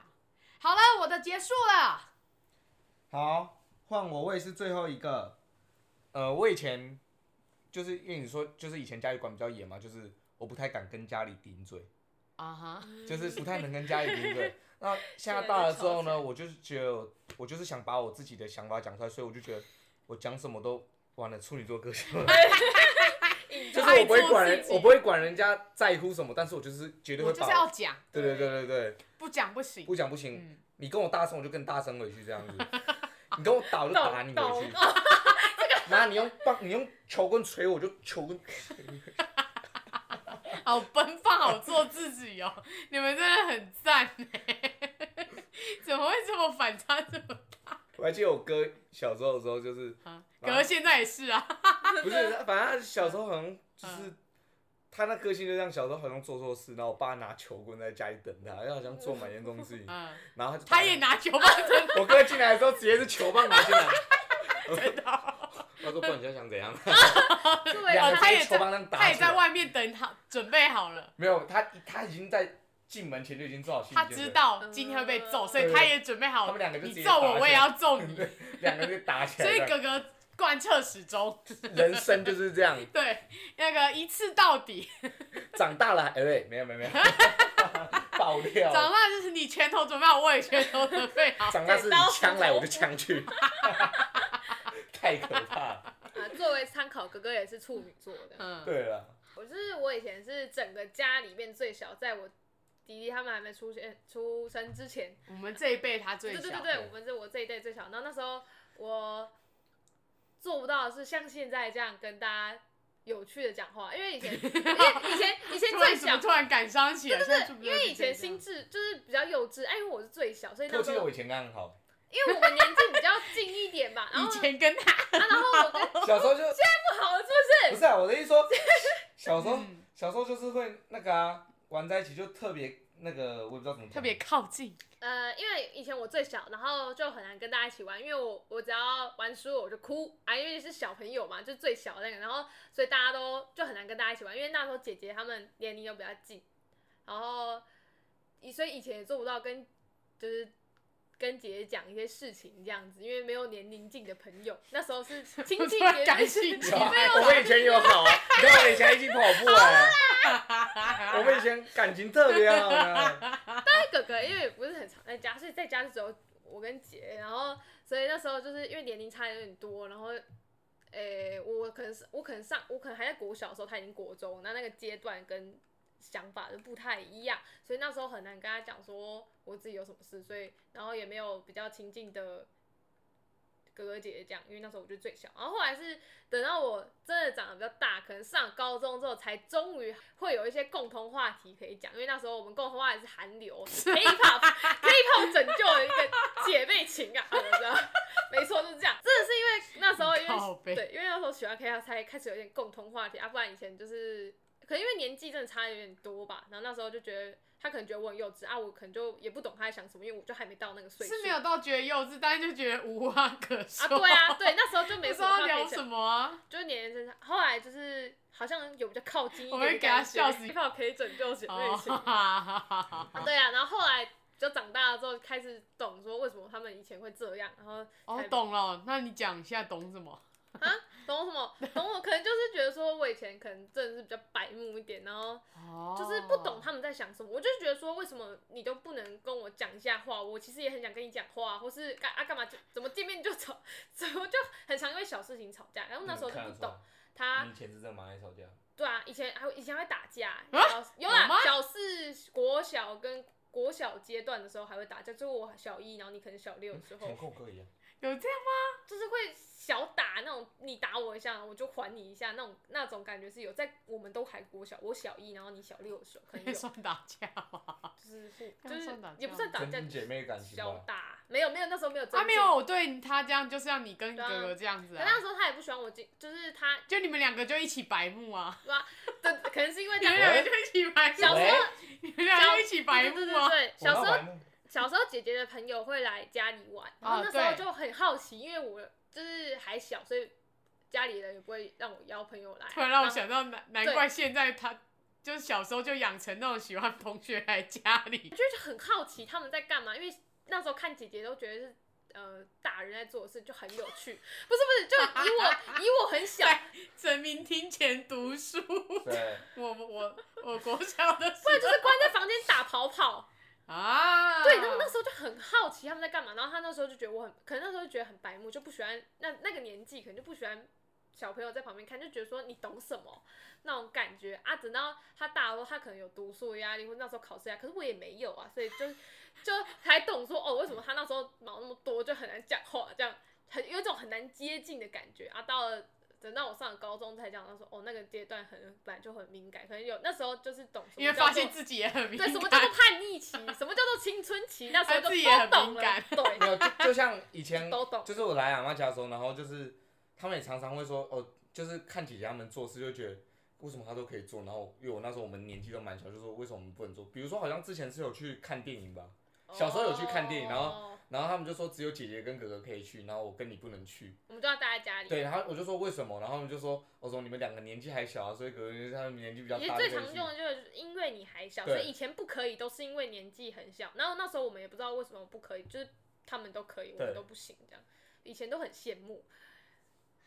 Speaker 3: 好了，我的结束了。
Speaker 5: 好，换我，我也是最后一个。呃，我以前就是因为你说，就是以前家里管比较严嘛，就是我不太敢跟家里顶嘴，
Speaker 3: 啊哈，
Speaker 5: 就是不太能跟家里
Speaker 3: [laughs]
Speaker 5: 顶嘴。那现在大了之后呢，我就是觉得我，我就是想把我自己的想法讲出来，所以我就觉得我讲什么都完了，处女座个性。
Speaker 3: [laughs]
Speaker 5: 就是我不会管
Speaker 3: 爱
Speaker 5: 人
Speaker 3: 做自，己
Speaker 5: 我不会管人家在乎什么，但是我就是绝对
Speaker 3: 我
Speaker 5: 会
Speaker 3: 就是要
Speaker 5: 把。
Speaker 3: 讲，
Speaker 5: 对对对对对，
Speaker 3: 不讲不行。
Speaker 5: 不讲不行，
Speaker 3: 嗯
Speaker 5: 你跟我大声我就跟你大声回去这样子， [laughs] 你跟我打我就打你回
Speaker 3: [laughs]
Speaker 2: 懂，
Speaker 5: 去
Speaker 2: 懂
Speaker 5: 那你用棒你用球棍捶我我就球棍，
Speaker 3: 好奔放，好做自己哦！你们真的很赞哎， [laughs] 怎么会这么反差这么
Speaker 5: 我还记得我哥小时候的时候就是
Speaker 3: 大？
Speaker 5: 然后
Speaker 3: 哥现在也是啊，
Speaker 5: 不是，反正他小时候好像就是
Speaker 3: 嗯
Speaker 5: 他那个性就这样，小时候好像做错事，然后我爸拿球棍在家里等他，他好像做蛮严重的事情，
Speaker 3: 嗯，
Speaker 5: 然后他就
Speaker 3: 他也拿球棒真
Speaker 5: 我哥进来的时候直接是球棒拿
Speaker 3: [laughs]
Speaker 5: 进来，
Speaker 3: 的哦，
Speaker 5: 他说不然你现在想怎样？
Speaker 2: 作为
Speaker 5: 两
Speaker 3: 哦
Speaker 5: 个
Speaker 3: 他
Speaker 5: 直
Speaker 3: 也
Speaker 5: 接球棒这样打起来，
Speaker 3: 他也在外面等好，准备好了，
Speaker 5: 没有他他已经在进门前就已经做好心理
Speaker 3: 他
Speaker 5: 建设
Speaker 3: 知道
Speaker 2: 嗯
Speaker 3: 今天会被揍，所以他也准备好，
Speaker 5: 他们两个就直
Speaker 3: 你
Speaker 5: 接
Speaker 3: 揍
Speaker 5: 打
Speaker 3: 我，
Speaker 5: 起来
Speaker 3: 我也要
Speaker 5: [laughs]
Speaker 3: 揍你，
Speaker 5: 两个人就打起来
Speaker 3: 所
Speaker 5: 了，
Speaker 3: 以哥哥贯彻始终，
Speaker 5: 人生就是这样，
Speaker 3: 对，那个一次到底，
Speaker 5: 长大了还哎、喂，没有没
Speaker 2: [laughs]
Speaker 5: 有没有，爆料，
Speaker 3: 长大就是你拳头准备好，我也拳头准
Speaker 2: [laughs]
Speaker 3: 备好，
Speaker 5: 长大是你枪来我就枪去，太可怕了。
Speaker 2: 啊，作为参考，哥哥也是处女座的。
Speaker 3: 嗯，
Speaker 5: 对啊了，
Speaker 2: 我就是我以前是整个家里面最小，在我弟弟他们还没出现出生之前，
Speaker 3: 我们这一辈他最
Speaker 2: 对
Speaker 3: 小，
Speaker 2: 对对对，我们是我这一代最小。然后那时候我做不到的是像现在这样跟大家有趣的讲话，因为以
Speaker 3: [laughs]
Speaker 2: 前因为以前以前
Speaker 3: 突
Speaker 2: 最
Speaker 3: 然怎
Speaker 2: 小
Speaker 3: 么，突然感伤起来？
Speaker 2: 对
Speaker 3: 现在
Speaker 2: 对
Speaker 3: 是不
Speaker 2: 对，
Speaker 3: 是
Speaker 2: 因为以前
Speaker 3: 这样
Speaker 2: 心智就是比较幼稚，哎，因为我是最小，所以那
Speaker 5: 我
Speaker 2: 时
Speaker 5: 记得
Speaker 2: 候
Speaker 5: 我以前刚刚好，
Speaker 2: 因为我们年纪比较近一点吧，然后
Speaker 3: 以前跟他
Speaker 2: 啊然后我跟
Speaker 5: 小时候就
Speaker 2: 不好了是不
Speaker 5: 不
Speaker 2: 是？
Speaker 5: 是啊，我的意思
Speaker 2: [laughs]
Speaker 5: 说，小时候
Speaker 3: 嗯
Speaker 5: 小时候就是会那个啊，玩在一起就特别那个，我也不知道怎么讲
Speaker 3: 特别靠近，
Speaker 2: 呃，因为以前我最小，然后就很难跟大家一起玩，因为我我只要玩输了我就哭啊，因为是小朋友嘛，就最小的那个，然后所以大家都就很难跟大家一起玩，因为那时候姐姐她们年龄又比较近，然后以所以以前也做不到跟就是跟姐姐讲一些事情这样子，因为没有年龄近的朋友，那时候是
Speaker 3: [laughs]
Speaker 2: 亲戚
Speaker 3: 突然
Speaker 2: 姐
Speaker 3: 感
Speaker 2: 姐
Speaker 3: 兴趣
Speaker 5: 有啊我们以前有好啊，你看我们以前还一起跑步哎，我们以前感情特别好啊呢。
Speaker 2: 哥哥因为也不是很常在家，所以在家就只有我跟姐，然后所以那时候就是因为年龄差有点多，然后，诶、我可能是我可能上我可能还在国小的时候，他已经国中，那那个阶段跟想法就不太一样，所以那时候很难跟他讲说我自己有什么事，所以然后也没有比较亲近的。哥哥姐姐讲，因为那时候我就最小，然后后来是等到我真的长得比较大，可能上高中之后，才终于会有一些共同话题可以讲。因为那时候我们共同话题是韩流 K-pop K-pop 拯救了一个姐妹情啊，我知道，没错就是这样。真的是因为那时候
Speaker 3: 靠
Speaker 2: 因为
Speaker 3: 背
Speaker 2: 对，因为那时候喜欢 K-pop 才开始有点共同话题啊，不然以前就是，可能因为年纪真的差有点多吧，然后那时候就觉得他可能觉得我很幼稚啊，我可能就也不懂他在想什么，因为我就还没到那个岁数。
Speaker 3: 是没有到觉得幼稚，但是就觉得无话可说。
Speaker 2: [laughs] 啊，对
Speaker 3: [laughs]
Speaker 2: 啊，对，那时候就
Speaker 3: 不
Speaker 2: 没
Speaker 3: 知
Speaker 2: 什么
Speaker 3: 道
Speaker 2: 话可
Speaker 3: 聊
Speaker 2: 以
Speaker 3: 什
Speaker 2: 讲，
Speaker 3: 么啊。
Speaker 2: 就是年龄增长。后来就是好像有比较靠近一
Speaker 3: 我
Speaker 2: 点
Speaker 3: 会
Speaker 2: 的
Speaker 3: 给他
Speaker 2: 感觉
Speaker 3: 笑死
Speaker 2: 一炮可以拯救姐妹
Speaker 3: 哦，
Speaker 2: 情。
Speaker 3: [laughs] 哈哈哈哈
Speaker 2: 啊 [laughs] 对啊，然后后来就长大了之后开始懂说为什么他们以前会这样，然后
Speaker 3: 哦
Speaker 2: 才，
Speaker 3: 懂了。那你讲一下懂什么？
Speaker 2: 懂什么？懂我可能就是觉得说我以前可能真的是比较白目一点，然后
Speaker 3: 哦，
Speaker 2: 就是不懂他们在想什么。我就觉得说为什么你都不能跟我讲一下话？我其实也很想跟你讲话，或是干啊干嘛就怎么见面就吵，怎么就很常因为小事情吵架。然后那时候就不懂啊他
Speaker 5: 你以前是真的蛮爱吵架，
Speaker 2: 对啊，以前还会以前还会打架、小有
Speaker 3: 有吗
Speaker 2: 啦，小四、国小跟国小阶段的时候还会打架，就是我小一，然后你可能小六的时候
Speaker 5: 像，跟我哥一样。
Speaker 3: 有这样
Speaker 2: 就是会小打那种，你打我一下，我就还你一下那种那种感觉是有，在我们都还国小，我小一，然后你小六的时候可能
Speaker 3: 也
Speaker 2: 有，
Speaker 3: 算打架
Speaker 2: [laughs]
Speaker 3: 吧？
Speaker 2: 就是互
Speaker 3: 这
Speaker 2: 就
Speaker 3: 样
Speaker 2: 是
Speaker 3: 算打架吗
Speaker 2: 也不算打架，
Speaker 5: 增进姐妹感情吧
Speaker 2: 小打没有没有那时候没有增进
Speaker 3: 他啊没有，我对他这样，就像你跟
Speaker 2: 对啊
Speaker 3: 哥哥这样子
Speaker 2: 可
Speaker 3: 啊
Speaker 2: 那，时候他也不喜欢我进，就是他
Speaker 3: 就你们两个就一起白目啊，
Speaker 2: 对吧？对，可能是因为
Speaker 3: 你
Speaker 2: 他
Speaker 3: 们 [laughs] 两个就一起白目，啊
Speaker 2: 小时
Speaker 5: 喂
Speaker 2: 候
Speaker 3: 你们两个就一起白
Speaker 2: 对对
Speaker 3: 目
Speaker 2: 对
Speaker 3: 啊，
Speaker 2: 对，小时候
Speaker 5: 我老板
Speaker 2: 小时候姐姐的朋友会来家里玩，然后那时
Speaker 3: 对
Speaker 2: 候就很好奇，因为我就是还小，所以家里人也不会让我邀朋友来。
Speaker 3: [laughs] 突然让我
Speaker 2: 后
Speaker 3: 想到难难
Speaker 2: 对
Speaker 3: 怪现在他就是小时候就养成那种喜欢同学来家里，
Speaker 2: 就是很好奇他们在干嘛，因为那时候看姐姐都觉得是呃大人在做的事，就很有趣。不是不是，就以我以我很
Speaker 3: [laughs]
Speaker 2: 小，
Speaker 3: 在神明厅前读书，
Speaker 5: 对，
Speaker 3: 我我我国小的
Speaker 2: [laughs]
Speaker 3: 时
Speaker 2: 不然就是关在房间打跑跑。
Speaker 3: 候啊，
Speaker 2: 对，然后那时候就很好奇他们在干嘛，然后他那时候就觉得我很，可能那时候就觉得很白目，就不喜欢那那个年纪，可能就不喜欢小朋友在旁边看，就觉得说你懂什么那种感觉啊。等到他大了之后，他可能有读书的压力，或者那时候考试压力，可是我也没有啊，所以就就才懂说哦，为什么他那时候毛那么多，就很难讲话，这样很有一种很难接近的感觉啊。到了。等到我上了高中才讲到说，哦，那个阶段很本来就很敏感，可能有那时候就是懂什么
Speaker 3: 因为
Speaker 2: 叫
Speaker 3: 发
Speaker 2: 做
Speaker 3: 现自己也很敏
Speaker 2: 对，
Speaker 3: 感，
Speaker 2: 什么叫做叛逆期？什么叫做青春期？那时候
Speaker 3: 他
Speaker 2: 就
Speaker 3: 自己也很
Speaker 2: 都懂
Speaker 3: 敏
Speaker 2: 了
Speaker 3: 感，
Speaker 5: 没
Speaker 2: 对，
Speaker 5: 有，就就像以前
Speaker 2: [laughs] 都懂。
Speaker 5: 就是我来阿妈家的时候，然后就是他们也常常会说，哦，就是看姐姐他们做事就觉得为什么她都可以做，然后因为我那时候我们年纪都蛮小，就说为什么我们不能做？比如说好像之前是有去看电影吧，小时候有去看电影然后
Speaker 2: 哦
Speaker 5: 然后他们就说只有姐姐跟哥哥可以去，然后我跟你不能去。
Speaker 2: 我们就要待在家里。
Speaker 5: 对，然后我就说为什么？然后他们就说，我说你们两个年纪还小啊，所以哥哥他们年纪比较
Speaker 2: 也
Speaker 5: 大就
Speaker 2: 最
Speaker 5: 可以去。
Speaker 2: 常用的就是因为你还小，
Speaker 5: 对
Speaker 2: 所以以前不可以都是因为年纪很小。然后那时候我们也不知道为什么不可以，就是他们都可以，我
Speaker 5: 对
Speaker 2: 们都不行这样。以前都很羡慕。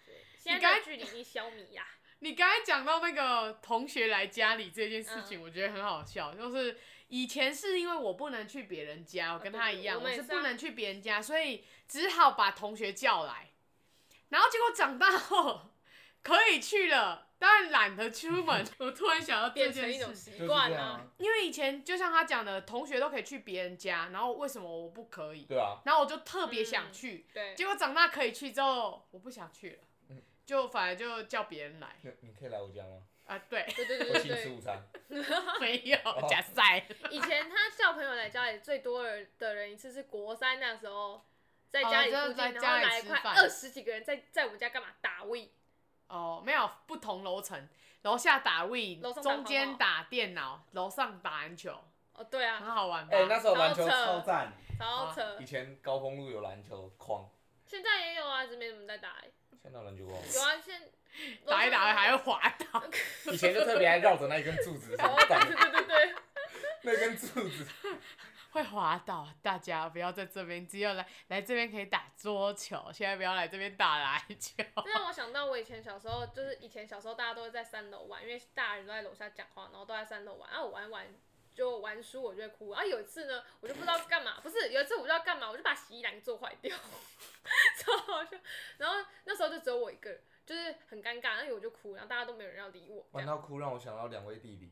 Speaker 2: 对，现
Speaker 3: 刚
Speaker 2: 在
Speaker 3: 才
Speaker 2: 的距离你消弭呀，
Speaker 3: 你刚才讲到那个同学来家里这件事情，
Speaker 2: 嗯
Speaker 3: 我觉得很好笑。就是以前是因为我不能去别人家，我跟他一样，
Speaker 2: 啊对对我们也
Speaker 3: 我是
Speaker 2: 是
Speaker 3: 不
Speaker 2: 啊
Speaker 3: 能去别人家，所以只好把同学叫来。然后结果长大后可以去了，但懒得出
Speaker 2: [laughs]
Speaker 3: 门。我突然想到啊这
Speaker 2: 变成一
Speaker 3: 件
Speaker 2: 种习
Speaker 3: 事，
Speaker 5: 就是
Speaker 2: 惯
Speaker 5: 这样
Speaker 2: 啊。
Speaker 5: 啊，
Speaker 3: 因为以前就像他讲的，同学都可以去别人家，然后为什么我不可以？
Speaker 5: 对啊，
Speaker 3: 然后我就特别想
Speaker 2: 嗯
Speaker 3: 去，
Speaker 2: 对，
Speaker 3: 结果长大可以去之后，我不想去了
Speaker 5: 嗯，
Speaker 3: 就反而就叫别人来
Speaker 5: 你你可以来我家吗？
Speaker 3: 啊，对。
Speaker 2: 对对对
Speaker 5: 我
Speaker 2: 对
Speaker 5: 请你
Speaker 2: 对
Speaker 5: 吃。午餐。
Speaker 3: [laughs] 没有
Speaker 5: 哦
Speaker 3: 假赛， [laughs]
Speaker 2: 以前他叫朋友来家里最多人的人一次是国三那时候，在
Speaker 3: 哦
Speaker 2: 家里
Speaker 3: 就是
Speaker 2: 附近，
Speaker 3: 在
Speaker 2: 然后
Speaker 3: 家里
Speaker 2: 来
Speaker 3: 吃
Speaker 2: 快
Speaker 3: 饭
Speaker 2: 二十几个人在在我们家干嘛打 w
Speaker 3: 哦，没有不同楼层，楼下打 Wii，
Speaker 2: 楼上打
Speaker 3: 中间打电脑，楼上打篮球，
Speaker 2: 哦，对
Speaker 3: 很
Speaker 2: 啊，
Speaker 3: 好玩吧？
Speaker 5: 哎、那时候篮球
Speaker 2: 超扯
Speaker 5: 超赞，
Speaker 2: 超
Speaker 3: 啊
Speaker 2: 扯
Speaker 5: 以，前高峰路有篮球框，
Speaker 2: 现在也有啊，只是没怎么在打、欸，
Speaker 5: 现在有篮球框。
Speaker 2: 有啊，现
Speaker 3: [laughs] 打一打还
Speaker 2: 有，
Speaker 3: 会滑倒，
Speaker 5: [laughs] 以前就特别爱绕着那一根柱子，
Speaker 2: 哦，
Speaker 5: 很
Speaker 2: 对
Speaker 5: 赞
Speaker 2: 对对对，
Speaker 5: 那根柱子。
Speaker 3: [laughs] 会滑倒，大家不要在这边，只有来来这边可以打桌球，现在不要来这边打篮球。
Speaker 2: 这让我想到我以前小时候，就是以前小时候大家都会在三楼玩，因为大人都在楼下讲话，然后都在三楼玩。啊，我玩玩就玩输，我就会哭。啊，有一次呢，我就不知道干嘛，不是有一次我不知道干嘛，我就把洗衣篮做坏掉， [laughs] 超好笑。然后那时候就只有我一个人，就是很尴尬，然后我就哭，然后大家都没有人要理我。这
Speaker 5: 玩
Speaker 2: 样
Speaker 5: 到哭让我想到两位弟弟，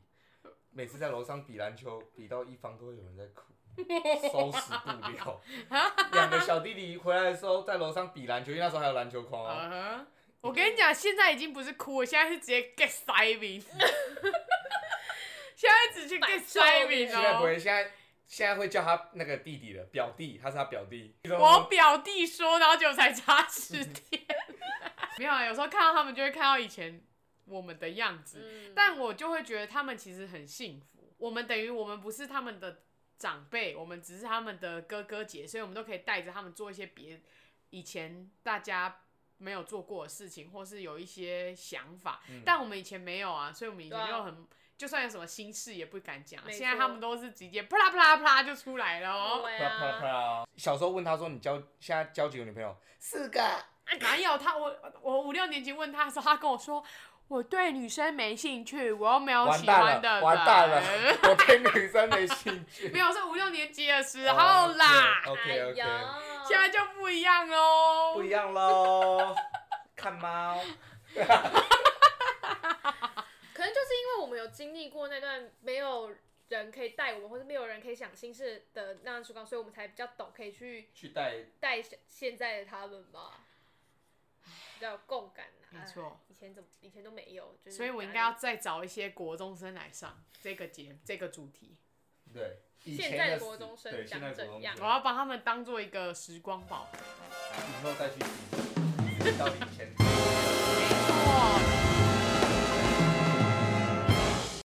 Speaker 5: 每次在楼上比篮球，比到一方都会有人在哭，收拾不了。两个小弟弟回来的时候在楼上比篮球，因为那时候还有篮球框哦。
Speaker 3: 嗯哼，我跟你讲，现在已经不是哭了，现在是直接 get 塞
Speaker 2: [laughs]
Speaker 3: 明，现在直接 get 塞明
Speaker 5: 现在不
Speaker 3: 哦。
Speaker 5: 会，现在现在会叫他那个弟弟了，表弟，他是他表弟。
Speaker 3: 我表弟说，然后就才差十天。 [laughs] 没有啊，有时候看到他们就会看到以前我们的样子，
Speaker 2: 嗯，
Speaker 3: 但我就会觉得他们其实很幸福，我们等于我们不是他们的长辈，我们只是他们的哥哥姐，所以我们都可以带着他们做一些别以前大家没有做过的事情，或是有一些想法。但我们以前没有啊，所以我们以前
Speaker 2: 对啊
Speaker 3: 就很。就算有什么心事也不敢讲，
Speaker 2: 没错
Speaker 3: 现在他们都是直接啪啦啪啦啪啦就出来了哦、
Speaker 2: 对
Speaker 5: 啪啦啪啦啪
Speaker 2: 啊，
Speaker 5: 啦。小时候问他说你交现在交几个女朋友？四个。
Speaker 3: 哎哪有他？我我五六年级问他的时候，他跟我说我对女生没兴趣，我又没有
Speaker 5: 完
Speaker 3: 喜
Speaker 5: 蛋
Speaker 3: 欢的
Speaker 5: 了，
Speaker 3: 人。
Speaker 5: 完蛋
Speaker 2: [laughs]
Speaker 5: 了，我对女生没兴趣。
Speaker 3: 没有，是五六年级的时候啦，
Speaker 5: 哦 OK OK，
Speaker 2: 哎呦
Speaker 3: 现在就不一样喽。
Speaker 5: 不一样喽。看猫，
Speaker 2: 可能就是因为我们有经历过那段没有人可以带我们，或者没有人可以想心事的那段时光，所以我们才比较懂，可以去
Speaker 5: 去带
Speaker 2: 带现在的他们吧，比较有共感啊。
Speaker 3: 没错
Speaker 2: 哎以前怎么以前都没有，就是
Speaker 3: 所以我应该要再找一些国中生来上这个节这个主题，
Speaker 5: 对。以
Speaker 2: 现
Speaker 5: 前
Speaker 2: 在
Speaker 5: 的
Speaker 2: 国
Speaker 5: 时
Speaker 2: 中生
Speaker 5: 对
Speaker 2: 长
Speaker 5: 现在国
Speaker 2: 怎
Speaker 5: 中
Speaker 2: 样
Speaker 5: 生
Speaker 3: 我要把他们当做一个时光宝。
Speaker 5: 以后再去听，到以前。